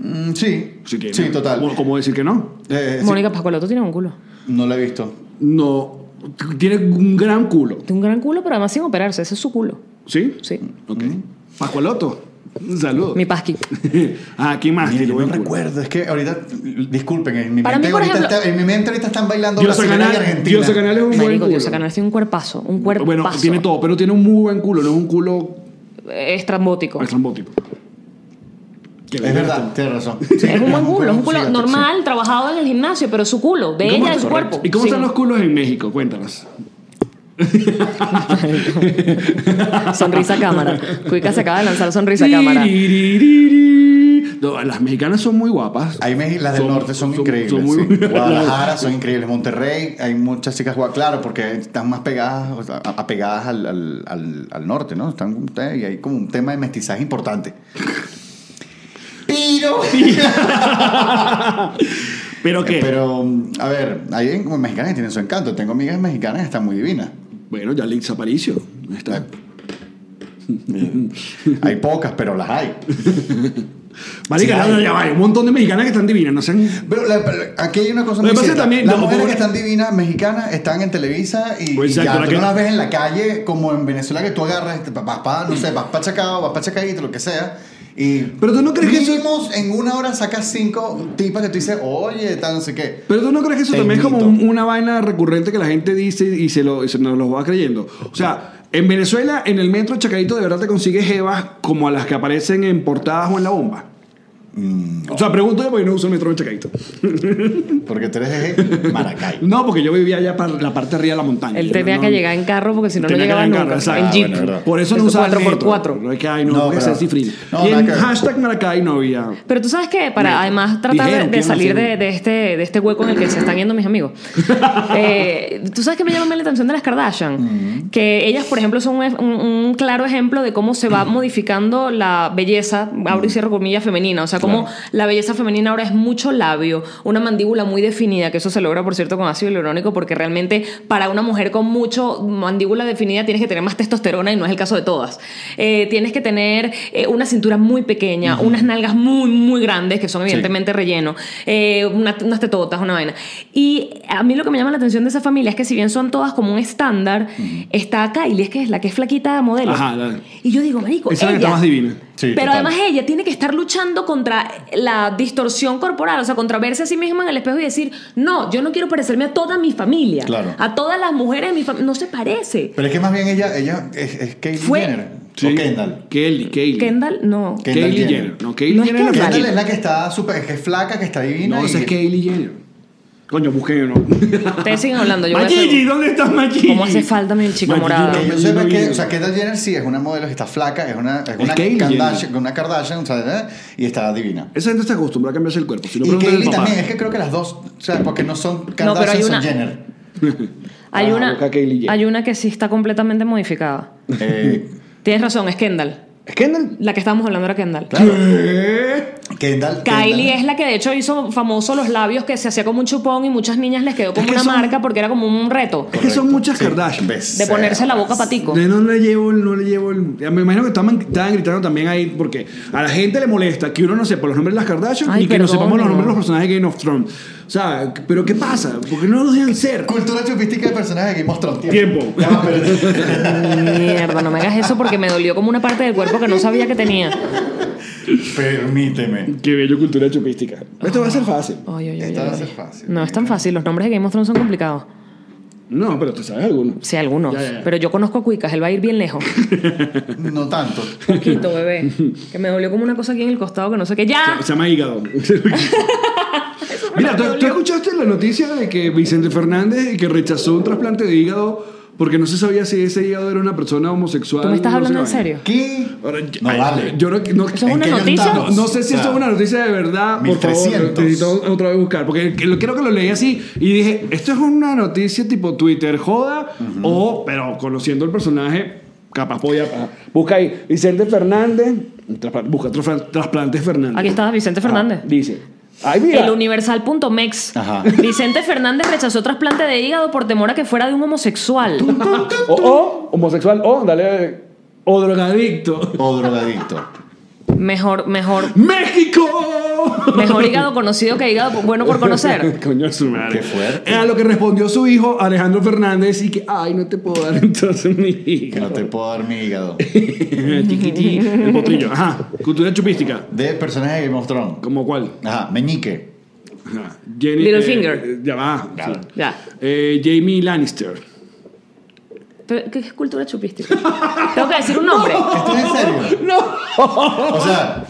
F: Mm, sí.
E: Sí, tiene.
F: Sí, total.
E: ¿Cómo, cómo decir que no?
F: Eh, sí.
H: Mónica Pascualoto tiene un culo.
F: No la he visto.
E: No. t- Tiene un gran culo.
H: Tiene un gran culo, pero además sin operarse. Ese es su culo.
E: ¿Sí?
H: Sí.
E: Ok. Pascualoto. Un saludo.
H: Mi pasqui.
E: [laughs] ah, ¿quién más
F: Mira,
E: tiene
F: yo no
E: buen culo?
F: recuerdo, es que ahorita, disculpen, en mi,
H: Para
F: mente,
H: mí, por
F: ahorita
H: ejemplo-
F: está- en mi mente ahorita están bailando
E: Diosa
F: brasileña y
E: Canal-
F: argentina.
E: Diosa Canal es un buen
H: Marico,
E: culo.
H: Dios, Canal tiene un cuerpazo. Un cuerpazo.
E: Bueno, tiene todo, pero tiene un muy buen culo, no es un culo
H: Eh, Estrambótico.
E: estrambótico.
F: Es verdad, tienes razón.
H: Es un buen culo, es un culo
F: Sí,
H: normal, trabajado en el gimnasio, pero su culo, de
E: ¿Y cómo
H: ella, de
E: está-
H: su
E: correcto.
H: cuerpo.
E: ¿Y cómo
H: Sí.
E: están los culos en México? Cuéntanos.
H: [laughs] Sonrisa a cámara. Cuica se acaba de lanzar sonrisa a cámara.
E: Tiriririri. No, las mexicanas son muy guapas.
F: Hay Mex- las del
E: Son-
F: norte son,
E: son-
F: increíbles.
E: son muy-
F: sí.
E: [laughs]
F: Guadalajara son increíbles. Monterrey, hay muchas chicas guapas. Claro, porque están más pegadas, o sea, a- apegadas al, al- al- al norte, ¿no? Están, y hay como un tema de mestizaje importante. Pero.
E: Pero qué.
F: Pero, a ver, hay en- mexicanas que tienen su encanto. Tengo amigas mexicanas que están muy divinas.
E: Bueno, ya Liz Aparicio. ahí Está.
F: Hay pocas, pero las hay.
E: Marica,
F: Sí,
E: ya,
F: hay.
E: ya va, hay un montón de mexicanas que están divinas, no sean.
F: Pero la- pero aquí hay una cosa
E: Lo que
F: muy
E: pasa
F: cierta.
E: también-
F: Las
E: no,
F: mujeres
E: por-
F: que están divinas mexicanas están en Televisa y,
E: Pues
F: y ya,
E: exacto, la
F: tú
E: que-
F: no las ves en la calle como en Venezuela que tú agarras, y te- vas para, no sé, vas para Chacao, vas para Chacaíto, lo que sea. Y
E: Pero tú no crees que eso-
F: mínimos en una hora sacas cinco tipas que tú dices, oye, tal, no sé qué.
E: Pero tú no crees que eso
F: Te
E: también es como
F: invito.
E: un- una vaina recurrente que la gente dice y se, lo, y se nos lo va creyendo. O sea, en Venezuela, en el metro Chacarito, de verdad te consigues jevas como a las que aparecen en portadas o en la bomba.
F: Mm,
E: O sea, pregunto yo porque yo no uso el metro en Chacarito.
F: Porque tú eres de
E: [laughs]
F: Maracay.
E: No, porque yo vivía allá para la parte de arriba de la montaña.
H: Él
E: Yo
H: tenía
E: no-
H: que llegar en carro porque si no, no
E: Tenía que
H: llegaba
E: llegar
H: nunca.
E: en carro, exacto.
H: en
E: Ah,
H: jeep.
F: bueno, es verdad.
E: Por eso no
H: Eso
E: usaba el
H: cuatro por
E: metro.
H: cuatro.
E: No es que ay, no,
F: No,
E: porque
F: pero-
E: se cifril.
F: no,
E: y
F: nada
E: en
F: que ver.
E: hashtag Maracay no había.
H: Pero tú sabes que para
E: Mira,
H: además tratar de- de,
E: dijeron que iban a
H: salir
E: hacer
H: de,
E: un-
H: de este, de este hueco en el que se están yendo mis amigos, eh, tú sabes que me llama más la atención de las Kardashian, que ellas, por ejemplo, son un, ej- un- un claro ejemplo de cómo se va modificando la belleza, abro y cierro comillas, femenina, o sea, cómo la belleza femenina ahora es mucho labio, una mandíbula muy definida, que eso se logra, por cierto, con ácido hialurónico, porque realmente para una mujer con mucho mandíbula definida tienes que tener más testosterona y no es el caso de todas. Eh, tienes que tener eh, una cintura muy pequeña, unas nalgas muy, muy grandes, que son evidentemente relleno, eh, una- unas tetotas, una vaina. Y a mí lo que me llama la atención de esa familia es que si bien son todas como un estándar, está Kylie, es que es la que es flaquita de modelo.
E: Ajá, la-
H: Y yo digo, marico,
E: Esa es la que
H: ella-
E: está más divina.
F: Sí,
H: pero
F: total.
H: además ella tiene que estar luchando contra la distorsión corporal, o sea, contra verse a sí misma en el espejo y decir, no, yo no quiero parecerme a toda mi familia,
F: Claro.
H: a todas las mujeres de mi familia, no se parece.
F: Pero es que más bien ella, ella es, es Kylie
H: Fue-
F: Jenner. O Kendall.
E: Kelly, Kelly.
H: Kendall, no.
F: Ke-
E: Kylie
F: Kendall
E: Jenner.
F: Jenner.
E: No, Kylie
H: No es
E: Jenner es la
H: Kendall.
F: Kendall
E: flaquita.
F: es la que está súper, que es flaca, que está divina.
E: No,
F: y-
E: esa es Kylie Jenner. Coño, busquen, ¿no?
H: Ustedes siguen hablando, yo voy a hacer-
E: Magigi, ¿dónde estás Magigi?
H: ¿Cómo hace falta mi chica
E: Magigi,
H: morada?
F: Que
E: no,
F: yo sepa
E: Magigi.
F: que, o sea, Kendall Jenner sí es una modelo que está flaca, es una, es una,
E: Kylie
F: Kardashian,
E: Jenner.
F: una Kardashian, o sea, ¿eh? y está divina.
E: Esa gente se acostumbra a cambiarse el cuerpo. Si no,
F: y
E: pregúntale al
F: Kylie
E: papá. [laughs]
F: también, es que creo que las dos, o sea, porque no son
H: pero
F: Kardashian,
H: hay una-
F: son Jenner.
H: Hay,
E: Ah,
H: una,
E: busca Kylie Jenner.
H: hay una que sí está completamente modificada.
F: Eh,
H: Tienes razón, es Kendall.
E: ¿Es Kendall?
H: La que estábamos hablando era Kendall.
E: ¿Qué?
F: Kendall.
H: Kylie
F: Kendall.
H: es la que de hecho hizo famoso los labios que se hacía como un chupón y muchas niñas les quedó como
E: que
H: una
E: son-
H: marca porque era como un reto
E: Es que son muchas Kardashian.
F: Ves,
H: de ponerse la boca
F: eh,
H: patico.
E: No, no le llevo el, no le llevo el. ya Me imagino que estaban, estaban gritando también ahí porque a la gente le molesta que uno no sepa los nombres de las Kardashian
H: Ay,
E: y que no
H: perdón,
E: sepamos los
H: no.
E: nombres de los personajes de Game of Thrones. O sea, pero ¿qué pasa? Porque no los dejan ser.
F: Cultura chupística de personajes que mostró
E: Tiempo.
F: Ya va, pero- [laughs]
H: Mierda, no me hagas eso porque me dolió como una parte del cuerpo que no sabía que tenía.
F: Permíteme.
E: Qué bello cultura chupística. Esto va a ser fácil.
H: Ay, ay, ay,
F: Esta va a
H: ay.
F: ser fácil.
H: No es tan fácil, los nombres de Game of Thrones son complicados.
E: No, pero tú sabes alguno.
H: Sí, algunos.
E: Ya, ya, ya.
H: Pero yo conozco a Cuicas, él va a ir bien
E: [laughs]
H: lejos.
F: No tanto.
E: [laughs]
H: Poquito, bebé. Que me dolió como una cosa aquí en el costado que no sé qué. ¡Ya!
E: Se llama hígado. Mira, ¿tú, tú escuchaste la noticia de que Vicente Fernández que rechazó un trasplante de hígado porque no se sabía si ese hígado era una persona homosexual?
H: ¿Tú me estás
E: no sé
H: hablando en
E: qué
H: serio?
E: vaina.
F: ¿Qué?
E: Ahora, yo-
F: No
E: ay,
F: vale.
E: Yo no, no-
H: Eso es
F: ¿En
H: una
F: qué año
H: noticia?
F: estamos?
E: no sé si
F: O sea,
E: esto es una noticia de verdad, por favor,
F: 1300.
E: necesito otra vez buscar, porque que- lo- creo que lo leí así y dije, esto es una noticia tipo Twitter joda o, pero conociendo el personaje, capaz podía... Busca ahí, Vicente Fernández, trasplante- busca trasplante- trasplantes Fernández. Ah,
H: Aquí está Vicente Fernández.
E: Dice, ay mira,
H: El universal.mex.
F: Ajá.
H: Vicente Fernández rechazó trasplante de hígado por temor a que fuera de un homosexual.
E: o, o homosexual, o dale, o drogadicto. [laughs]
F: O drogadicto.
H: Mejor, mejor,
E: ¡México!
H: mejor hígado conocido que hígado bueno por
E: [laughs]
H: conocer.
E: Coño de su madre.
F: Qué fuerte.
E: Eh, A lo que respondió su hijo Alejandro Fernández y que, ay, no te puedo dar [laughs] entonces mi
F: Que no
E: hígado.
F: te puedo dar mi hígado.
E: [laughs] Chiquití, el potrillo. Ajá. Cultura chupística.
F: De personaje de Game of Thrones.
E: ¿Cómo cuál?
F: Ajá, meñique.
E: Ajá. Jenny,
H: Littlefinger.
E: eh, ya va.
F: Claro.
E: sí.
H: Ya.
E: Eh, Jamie Lannister.
H: Pero, ¿Qué es cultura chupística? Tengo que decir un
F: [laughs]
H: nombre.
F: ¿Estás en serio? No. O sea,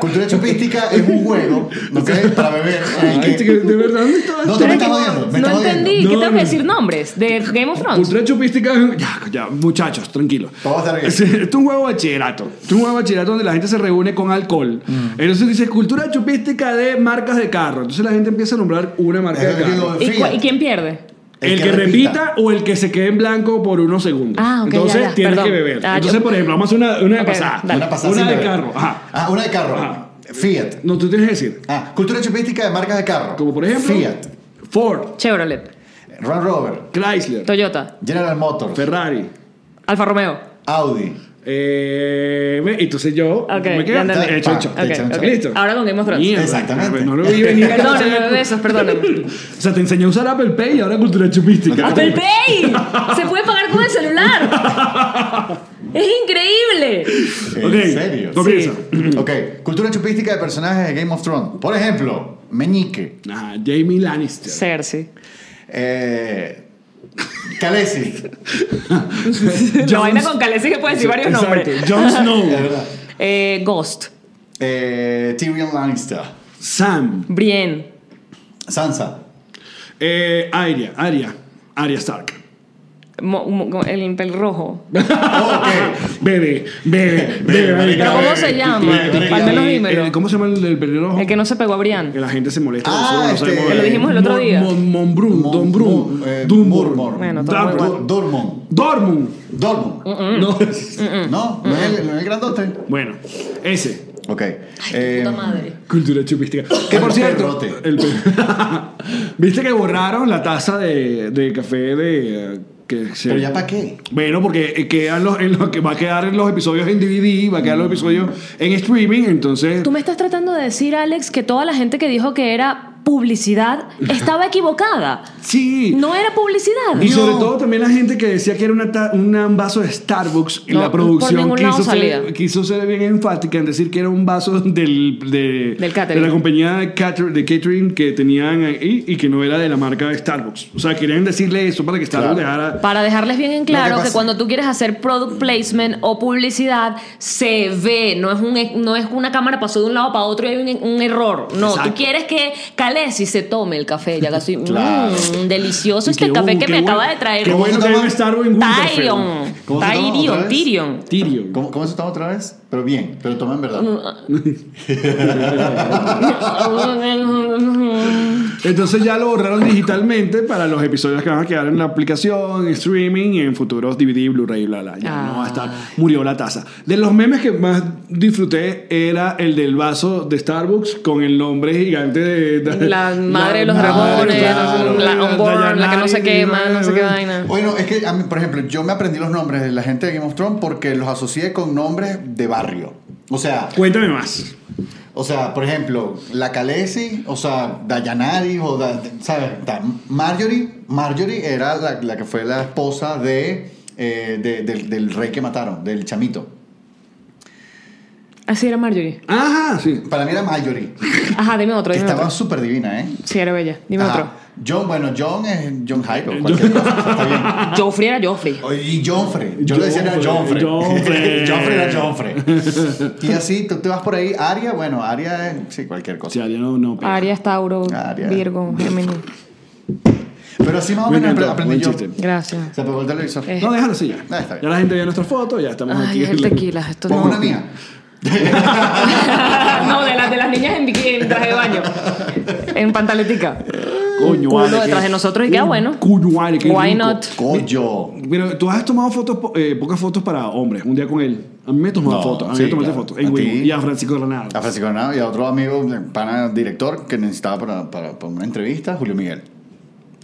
F: cultura chupística es un juego, ¿ok? Para beber. en
E: Ay, [laughs]
F: el que-
E: chica, de verdad, ¿dónde estaba
F: No,
E: esto?
F: tú me estás jodiendo. Me
H: No
F: estás
H: entendí.
F: jodiendo.
H: ¿Qué
E: No,
H: tengo que
E: no.
H: decir nombres? ¿De Game of Thrones?
E: Cultura chupística. Ya, ya, muchachos, tranquilos.
F: Vamos a hacer
E: Sí, Esto es un juego de bachillerato. Esto es un juego de bachillerato donde la gente se reúne con alcohol.
F: Mm.
E: Entonces dice cultura chupística de marcas de carro. Entonces la gente empieza a nombrar una marca
F: Es
E: de
F: lo que
E: carro.
F: digo,
H: ¿Y,
F: fíjate.
H: cu- y quién pierde?
E: El, que, repita. o el que se quede en blanco por unos segundos.
H: Ah, ok,
E: Entonces
H: ya, ya,
E: tienes
H: perdón.
E: que beber.
H: Ah,
E: Entonces,
H: yo-
E: por ejemplo, vamos a hacer una, una de
H: Ok,
E: pasada.
H: dale.
F: Una pasada
E: Una
F: sin
E: de
F: beber.
E: carro. Ajá.
F: Ah, una de carro.
E: Ajá.
F: Fiat.
E: No, tú tienes que decir.
F: Ah, cultura chupística de marcas de carro.
E: Como por ejemplo.
F: Fiat,
E: Ford,
H: Chevrolet,
F: Land Rover,
E: Chrysler,
H: Toyota,
F: General Motors,
E: Ferrari.
H: Alfa Romeo.
F: Audi.
E: Eh, ve, entonces yo
H: Ok,
E: me
H: ya
E: quedo
H: entendí.
E: hecho, hecho.
F: Ok,
H: Ok,
F: chan,
H: ok.
F: chan.
E: Listo.
H: Ahora con Game of Thrones.
E: Mierda, Pues
F: Exactamente.
E: No lo
H: [laughs]
E: vi venir.
H: Perdónenme, besos,
E: [laughs]
H: perdónenme.
E: O sea, te enseñé a usar Apple Pay y ahora cultura chupística.
H: ¡Apple Pay! ¡Se puede pagar con el celular! ¡Es increíble!
F: ¿En
E: Ok,
F: serio?
E: Comienza.
F: [clears throat] Ok, cultura chupística de personajes de Game of Thrones. Por ejemplo, Meñique,
E: Ajá, Jamie Lannister.
H: Cersei.
F: eh, Khaleesi,
H: La
E: Jones-
H: vaina con Calesi que puede decir varios
E: Exacto,
H: nombres.
E: Jon Snow.
F: [laughs] es verdad,
H: Eh, Ghost,
F: eh, Tyrion Lannister,
E: Sam.
H: Brienne,
F: Sansa,
E: Eh, Arya. Arya. Arya Stark.
H: Mo- Mo- el, el rojo.
F: ok,
E: Bebe, bebe, bebe. marica,
H: ¿Pero
E: bebe.
H: cómo se llama?
F: marica,
H: Al menos
E: Eh,
H: dímelo.
E: eh, ¿Cómo se llama el, el pelirrojo?
H: El que no se pegó a Brian.
E: Que la gente se molesta.
F: Ah,
E: nosotros no
F: este,
E: sabemos-
F: que lo
H: dijimos el otro
E: Mon-
H: día.
E: Mon- Monbrun,
F: Mon-
E: Donbrun,
F: Mon- eh,
E: Dunmur,
F: Mormor.
H: Bueno, Mm, todo
E: Dabro-
H: muy
F: Dor- Dormon,
E: Dortmund.
F: Dormon,
E: No.
F: no, no es el, no es el grandote,
E: Bueno, ese.
F: ok, eh,
E: Cultura chupística. Que por
F: El
E: cierto.
F: perrote.
E: el pe- [laughs] Viste que borraron la taza de, de café de. eh, Que se...
F: pero ya para qué,
E: Bueno, porque eh, quedan los, en lo que va a quedar en los episodios en DVD, va a quedar los episodios en streaming, entonces.
H: Tú me estás tratando de decir, Alex, que toda la gente que dijo que era
E: [laughs]
H: publicidad estaba equivocada.
E: Sí.
H: No era publicidad.
E: Y sobre todo también la gente que decía que era una ta- una- un vaso de Starbucks y
H: No,
E: la
H: por
E: producción
H: ningún lado
E: quiso
H: salía.
E: ser, quiso ser bien enfática en decir que era un vaso del, de,
H: Del catering.
E: de la compañía de cater- de catering que tenían ahí y que no era de la marca de Starbucks. O sea, querían decirle eso para que Starbucks dejara...
H: Para dejarles bien en claro que,
F: pasa-
H: cuando tú quieres hacer product placement o publicidad, se ve, no es, un, e- no es que una cámara pasó de un lado para otro y hay un, un error. No,
E: Exacto.
H: tú quieres que Calesi se tome el café y haga
E: [laughs]
H: así,
F: Claro.
H: "Mm, delicioso
E: Y
H: este
E: que,
H: café
E: uh,
H: que
E: qué
H: me
E: bueno-
H: acaba de traer
E: Qué bueno que hay un Starbucks en Winterfell.
H: Tyrion.
F: ¿Cómo se llama otra
H: Tyrion,
F: vez?
H: Tyrion.
E: Tyrion.
F: ¿cómo, cómo se toma otra vez? Pero bien, pero toma en
H: Mm,
F: verdad.
E: [laughs] Entonces ya lo borraron digitalmente para los episodios que van a quedar en la aplicación, en streaming y en futuros DVD, Blu-ray, bla, bla. Ya no va a estar.
H: Ah.
E: Murió la taza. De los memes que más disfruté era el del vaso de Starbucks con el nombre gigante de. de- [laughs]
H: La madre de los
E: madre,
H: dragones,
E: claro,
H: la unborn, la que no se
E: Dayanari,
H: quema, no sé qué vaina.
F: Bueno, es que a mí, por ejemplo, yo me aprendí los nombres de la gente de Game of Thrones porque los asocié con nombres de barrio. O sea,
E: Cuéntame más.
F: o sea, por ejemplo, la Khaleesi, o sea, Dayanari, o da- ¿sabes? Da- Marjorie, Marjorie era la, la que fue la esposa de, eh, de- del, del rey que mataron, del chamito.
H: Así era Marjorie.
E: Ajá, sí.
F: Para mí era Marjorie,
H: Ajá, dime otro,
F: que
H: dime
F: estaba
H: otro.
F: súper divina, ¿eh?
H: Sí, era bella. Dime
F: Ajá.
H: otro.
F: John, bueno, John es John Jairo.
E: [laughs]
F: cualquier cosa, está bien.
H: Joffrey era Joffrey.
F: Oye, Y Joffre. Yo le decía era
E: Joffre, Joffre.
F: Joffre. [laughs] Joffre
E: [laughs]
F: era Joffre. Y así, tú te vas por ahí. Aria, bueno, Aria es sí, cualquier cosa.
E: Sí, Aria no, no pega.
H: Aries, Tauro,
F: Aries.
H: Virgo, Géminis.
F: Pero así más o
E: Me
F: menos
E: encantó,
F: aprendí
E: buen
F: yo.
E: chiste.
H: Gracias.
F: Se apagó el televisor.
H: Eh.
E: No, déjalo así ya.
F: Ah, está bien.
E: Ya la gente vio nuestras fotos, ya estamos aquí.
H: Ay, es el tequila. Esto
F: Pongo
H: no-
F: una mía.
H: [laughs] no, de, las de las niñas en, bikini, en traje de baño. En pantaletica.
E: Coño,
H: culo
E: vale,
H: detrás
E: qué-
H: de nosotros y queda
E: un
H: bueno.
E: Coño, vale, qué
H: Why
E: rico.
H: not?
F: Coño.
E: Pero tú has tomado fotos, po- eh, pocas fotos para hombres, un día con él. A mí me tomó
F: No,
E: fotos, a mí
F: sí,
E: me tomaste
F: claro.
E: fotos. En
F: A ti.
E: Wimo, y a Francisco Granada.
F: A Francisco Granado y a otro amigo, pana director, que necesitaba para, para, para una entrevista, Julio Miguel.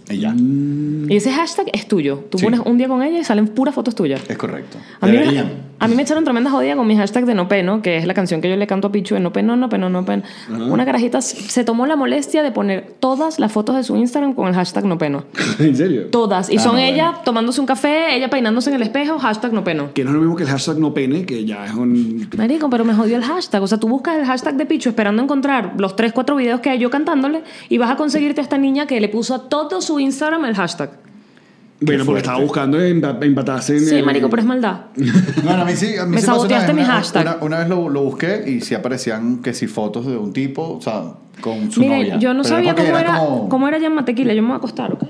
F: Y ya.
H: Y ese hashtag es tuyo. Tú
F: Sí.
H: pones un día con ella y salen puras fotos tuyas.
F: Es correcto.
H: A mí, me,
F: Deberían.
H: a mí me echaron tremenda jodida con mi hashtag de No Peno, que es la canción que yo le canto a Pichu de No Peno, No Peno, No Peno.
F: Ah.
H: Una carajita s- se tomó la molestia de poner todas las fotos de su Instagram con el hashtag No Peno.
E: [laughs] ¿En serio?
H: Todas. Y
F: Ah,
H: son
F: no,
H: ella tomándose un café, ella peinándose en el espejo, hashtag No Peno.
E: Que no es lo mismo que el hashtag no pene, que ya es un...
H: Marico, pero me jodió el hashtag. O sea, tú buscas el hashtag de Pichu esperando encontrar los 3, 4 videos que hay yo cantándole y vas a conseguirte a esta niña que le puso a todo su Instagram el hashtag.
E: Bueno, porque estaba buscando en- empatarse en...
H: Sí,
E: en-
H: marico, pero es maldad.
F: Bueno, a mí sí, a mí
H: [laughs] Me
F: sí pasó una
H: saboteaste
F: vez,
H: mi
F: una-
H: hashtag.
F: Una, una vez lo, lo busqué y sí aparecían que si fotos de un tipo, o sea, con su
H: Mire,
F: novia.
H: yo no
F: Pero
H: sabía
F: porque
H: cómo era,
F: como-
H: cómo era llamar tequila. Yo me voy a acostar, ¿ok?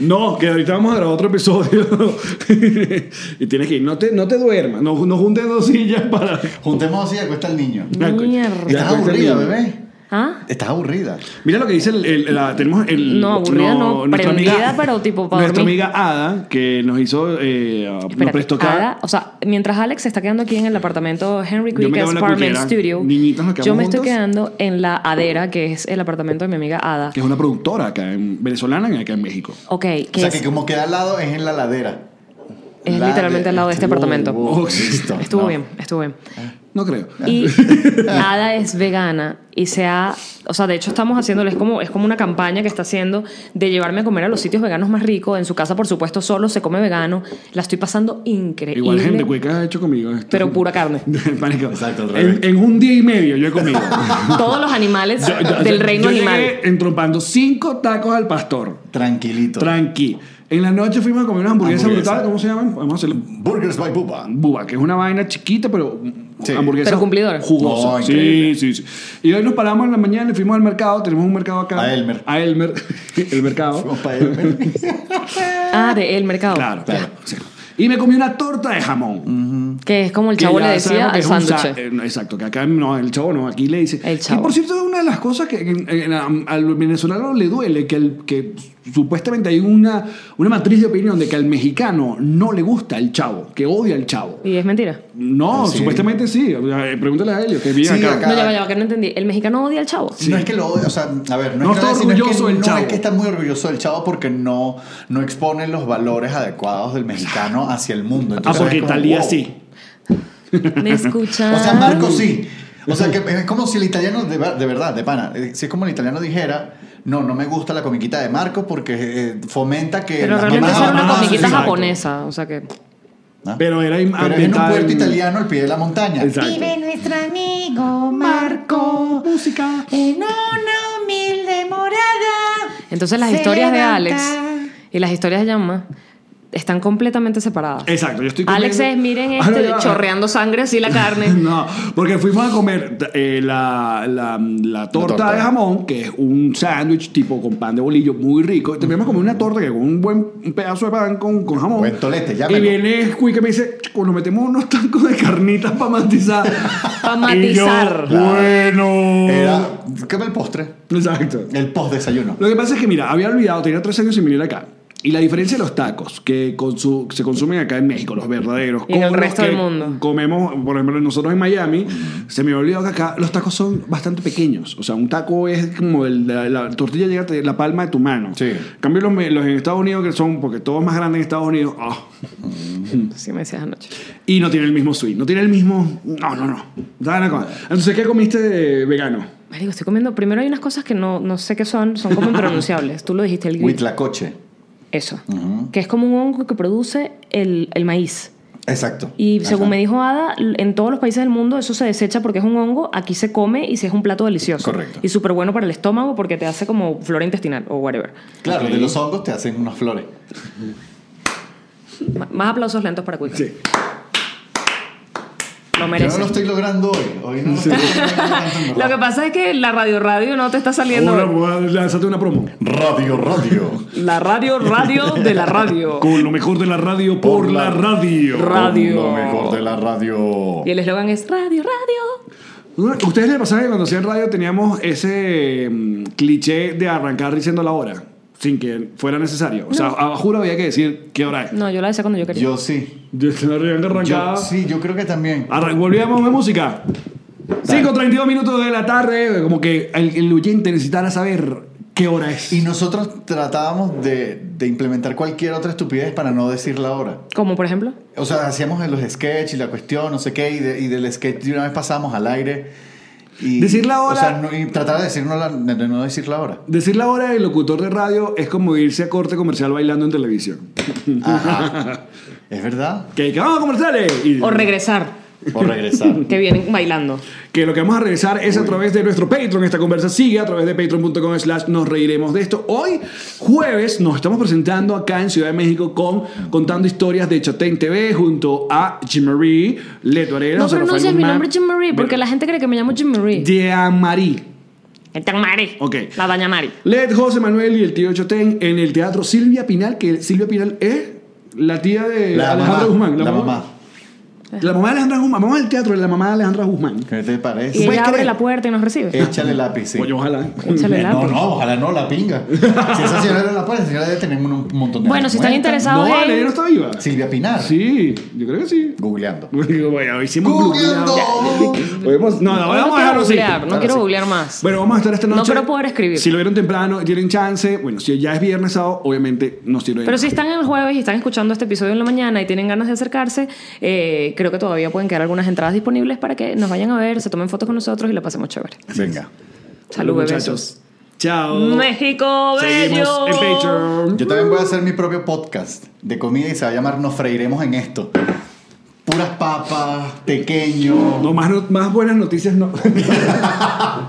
E: No, que ahorita vamos a grabar otro episodio. [laughs] y tienes que ir. No te, no te duermas. No, no juntes dos sillas para...
F: Juntemos así, acuesta al niño.
H: Mierda.
F: Estás
E: acuesta al
F: aburrida,
E: niño.
F: bebé.
H: ¿Ah?
F: Estás aburrida.
E: Mira lo que dice el, el- la- tenemos el
H: No, aburrida no,
E: nuestra
H: prendida, pero tipo para
E: nuestra
H: dormir.
E: amiga Ada que nos hizo eh, nos
H: Espérate,
E: prestó acá.
H: Ada- o sea, mientras Alex se está quedando aquí en el apartamento Henry
E: Yo me
H: Creek
E: quedo en la
H: Apartment
E: cuquera.
H: Studio,
E: Niñitos, nos
H: yo
E: quedamos
H: me estoy
E: juntos.
H: quedando en la Adera, que es el apartamento de mi amiga Ada.
E: que es una productora acá en venezolana y acá en México.
H: Ok, que
F: o sea,
H: es,
F: que como queda al lado es en la ladera.
H: es literalmente al lado de este
F: Wow,
H: apartamento.
F: wow,
E: Oh,
F: listo.
H: estuvo
F: No.
H: bien, estuvo bien.
E: No creo. [laughs]
H: Y Ada es vegana y se ha, o sea, de hecho estamos haciéndole, es como, es como una campaña que está haciendo de llevarme a comer a los sitios veganos más ricos. En su casa, por supuesto, solo se come vegano. La estoy pasando increíble.
E: Eh, Igual gente cuica ha hecho conmigo. esto.
H: Pero
E: [laughs]
H: pura carne.
E: Marico,
F: Exacto, al revés.
E: en, en un día y medio yo
H: [laughs]
E: he comido.
H: Todos los animales
E: Yo- yo-
H: del
E: yo-
H: reino
E: yo
H: animal.
E: llegué entrompando cinco tacos al pastor.
F: Tranquilito.
E: Tranqui. En la noche fuimos a comer una hamburguesa,
F: Hamburguesa.
E: brutal. ¿Cómo se llaman? Vamos a hacerlo.
F: Burgers by Pupa.
E: Buba, que es una vaina chiquita, pero
F: Sí.
E: hamburguesa
H: Pero cumplidora.
E: Jugosa.
F: Oh,
E: sí,
F: increíble.
E: sí, sí. Y hoy nos paramos en la mañana y fuimos al mercado. Tenemos un mercado acá.
F: A Elmer.
E: A Elmer. [laughs] El mercado.
F: Fuimos
E: [laughs]
F: pa' Elmer.
H: Ah, de El Mercado.
E: Claro, claro. sí. Y me comí una torta de jamón.
H: Que es como el
E: Que
H: chavo le
E: ya
H: decía
E: sabemos que
H: al
E: es un sa-
H: sándwich.
E: eh, no, Exacto, que acá no, el chavo no, aquí le dice.
H: El
E: Que
H: chavo.
E: por cierto es una de las cosas que en- en- a- al venezolano le duele, que, al- que supuestamente hay una, una matriz de opinión de que al mexicano no le gusta el chavo, que odia el chavo.
H: Y es mentira.
E: No,
F: Ah, Sí.
E: supuestamente sí. O sea, eh, Pregúntale a Helio, que viene
F: Sí,
E: acá.
F: acá.
H: No, ya va, ya va, que no entendí. El mexicano odia al chavo.
F: No es que lo odie, o sea, a ver, no,
E: No
F: es
E: está
F: que, sino es que
E: orgulloso del
F: no
E: chavo.
F: es que está muy orgulloso del chavo porque no, no expone los valores adecuados del mexicano hacia el mundo.
E: Ah,
F: Entonces
E: porque
F: es como,
E: Talía
F: wow.
E: sí.
H: Me escuchan.
F: O sea, Marco sí. O sea, que es como si el italiano, de, ver- de verdad, de pana, eh, si es como el italiano dijera, no, no me gusta la comiquita de Marco porque eh, fomenta que...
H: Pero
F: las
H: realmente
F: mamás-
H: esa era una
E: mamá,
H: comiquita
E: sí, exacto.
H: japonesa. O sea que.
F: ¿no?
E: Pero era
F: Pero es en un
E: ambientada
F: puerto
E: en-
F: italiano al pie de la montaña.
E: Exacto.
D: nuestro amigo Marco
E: Música.
D: en una humilde morada.
H: Entonces las historias de Alex y las historias de Yamma están completamente separadas.
E: Exacto, yo estoy comiendo-
H: Alex es,
E: [laughs]
H: miren
E: Ah, no,
H: este,
E: ya va.
H: chorreando sangre así
E: [laughs]
H: la carne.
E: No, porque fuimos a comer eh, la, la- la torta
F: torta.
E: de jamón, que es un sándwich tipo con pan de bolillo muy rico. Y terminamos comiendo una torta que con un buen un pedazo de pan con, con jamón.
F: Buen tolete,
E: Y
F: llámelo.
E: viene Squeak que me dice, chico, nos metemos unos tacos de carnitas para matizar.
H: Pa'
E: Y yo,
H: matizar.
E: bueno.
F: Era, ¿Qué fue el postre?
E: Exacto.
F: El post-desayuno.
E: Lo que pasa es que, mira, había olvidado, tenía tres años sin venir acá. Y la diferencia de los tacos que consu- se consumen acá en México, los verdaderos,
H: Y en el
E: con los
H: resto del
E: que
H: mundo.
E: Comemos, por ejemplo, nosotros en Miami, se me olvidó que acá los tacos son bastante pequeños. O sea, un taco es como el de- la tortilla llega a la palma de tu mano.
F: Sí.
E: En cambio, los, me- los en Estados Unidos, que son, porque todo es más grande en Estados Unidos, ah,
H: Así me decías anoche.
E: y no tiene el mismo swing, no tiene el mismo. No, no, no. Nada, nada, nada. Entonces, ¿qué comiste de vegano?
H: Marico, estoy comiendo. Primero hay unas cosas que no, no sé qué son, son
E: [laughs]
H: como impronunciables. Tú lo dijiste el gris.
F: Huitlacoche.
H: Eso. Que es como un hongo que produce el, el maíz.
F: Exacto.
H: Y según
F: Ajá.
H: me dijo Ada, en todos los países del mundo eso se desecha porque es un hongo, aquí se come y si es un plato delicioso.
F: Correcto.
H: Y súper bueno para el estómago porque te hace como flora intestinal o whatever.
F: Claro, de los hongos te hacen unas flores.
H: M- más aplausos lentos para Cuica.
E: Sí.
H: Lo
F: Yo no
H: merece.
F: lo estoy logrando hoy. Hoy no lo estoy logrando tanto, en
H: Lo que
F: verdad.
H: pasa es que la radio radio no te está saliendo.
E: Ahora voy a- lánzate una promo.
F: Radio, radio.
H: La radio
F: [laughs]
H: radio de la radio.
E: Con lo mejor de la radio por,
F: Por
E: la,
F: la-
E: radio.
H: Radio.
F: Lo mejor de la radio.
H: Y el eslogan es radio radio.
E: ¿Ustedes le pasaban que cuando hacían radio teníamos ese mm, cliché de arrancar diciendo la hora? Sin que fuera necesario. O sea, a- juro había que decir qué hora es.
H: No, yo la decía cuando yo quería.
F: Yo sí.
E: Yo
F: Yo, sí, yo creo que también.
E: Arran- Volvíamos a ver música. 5.32 minutos de la tarde, como que el, el oyente necesitara saber qué hora es.
F: Y nosotros tratábamos de, de implementar cualquier otra estupidez para no decir la hora.
H: Como por ejemplo.
F: O sea, hacíamos los sketches y la cuestión, no sé qué, y, de- y del sketch de una vez pasamos al aire. Y,
E: Decir la hora-
F: O sea, no- y tratar de, decir no la- de no decir la hora.
E: Decir la hora del locutor de radio es como irse a corte comercial bailando en televisión. [laughs]
F: ¿Es verdad?
E: Que, que vamos a comerciales. Y-
H: O regresar,
F: O regresar.
H: que vienen bailando.
E: que lo que vamos a regresar es a través de nuestro Patreon. Esta conversa sigue a través de patreon.com slash nos reiremos de esto. Hoy, jueves, nos estamos presentando acá en Ciudad de México con contando historias de Chatén TV junto a Jimmery, Leto Arena,
H: No
E: José Rafael
H: pronuncies mi
E: Guzmán,
H: nombre Jim Marie porque la gente cree que me llamo Jim Marie.
E: Jean-Marie.
H: El tan Mari.
E: Ok.
H: La daña Mari.
E: Led, José Manuel y el tío Chotén en el teatro Silvia Pinal, que Silvia Pinal es la tía de
F: La
E: Alejandra
F: mamá.
E: Eh, Guzmán.
F: la mamá.
E: La mamá de Alejandra Guzmán. Mamá del teatro de la mamá de Alejandra Guzmán.
F: ¿Qué te parece?
H: Y
F: ¿Puedes
H: ella abre
F: creer?
H: la puerta y nos recibe.
F: Échale lápiz, sí.
E: Oye, ojalá. [laughs]
H: Échale
F: no,
H: lápiz.
F: no, ojalá no,
H: [laughs]
F: la pinga. Si esa señora era la puerta, esa señora debe tener un, un montón de
H: Bueno, si están
F: cuentas.
E: No
H: interesados
E: vale,
H: en-
E: no está viva.
F: Silvia Pinar.
E: Sí, yo creo que [laughs] sí.
F: Googleando.
E: Bueno, hicimos
F: Googleando.
E: [laughs] Google. Podemos- No, ahora
H: no
E: Ah, vamos
H: quiero
E: a dejarlo así.
H: googlear, no
E: Ahora
H: quiero
E: sí.
H: googlear más.
E: Bueno, vamos a estar esta
H: No,
E: noche.
H: pero poder escribir.
E: Si lo vieron temprano, tienen chance. Bueno, si ya es viernes sábado, obviamente no sirve.
H: Pero si están el jueves y están escuchando este episodio en la mañana y tienen ganas de acercarse, eh, creo que todavía pueden quedar algunas entradas disponibles para que nos vayan a ver, se tomen fotos con nosotros y la pasemos chévere.
F: Venga.
H: Salud, besos.
E: muchachos. Chao.
H: México, bello.
E: Seguimos en Patreon.
F: Yo también voy a hacer mi propio podcast de comida y se va a llamar Nos freiremos en esto. Puras papas, pequeño.
E: No, más, no- más buenas noticias no. [laughs]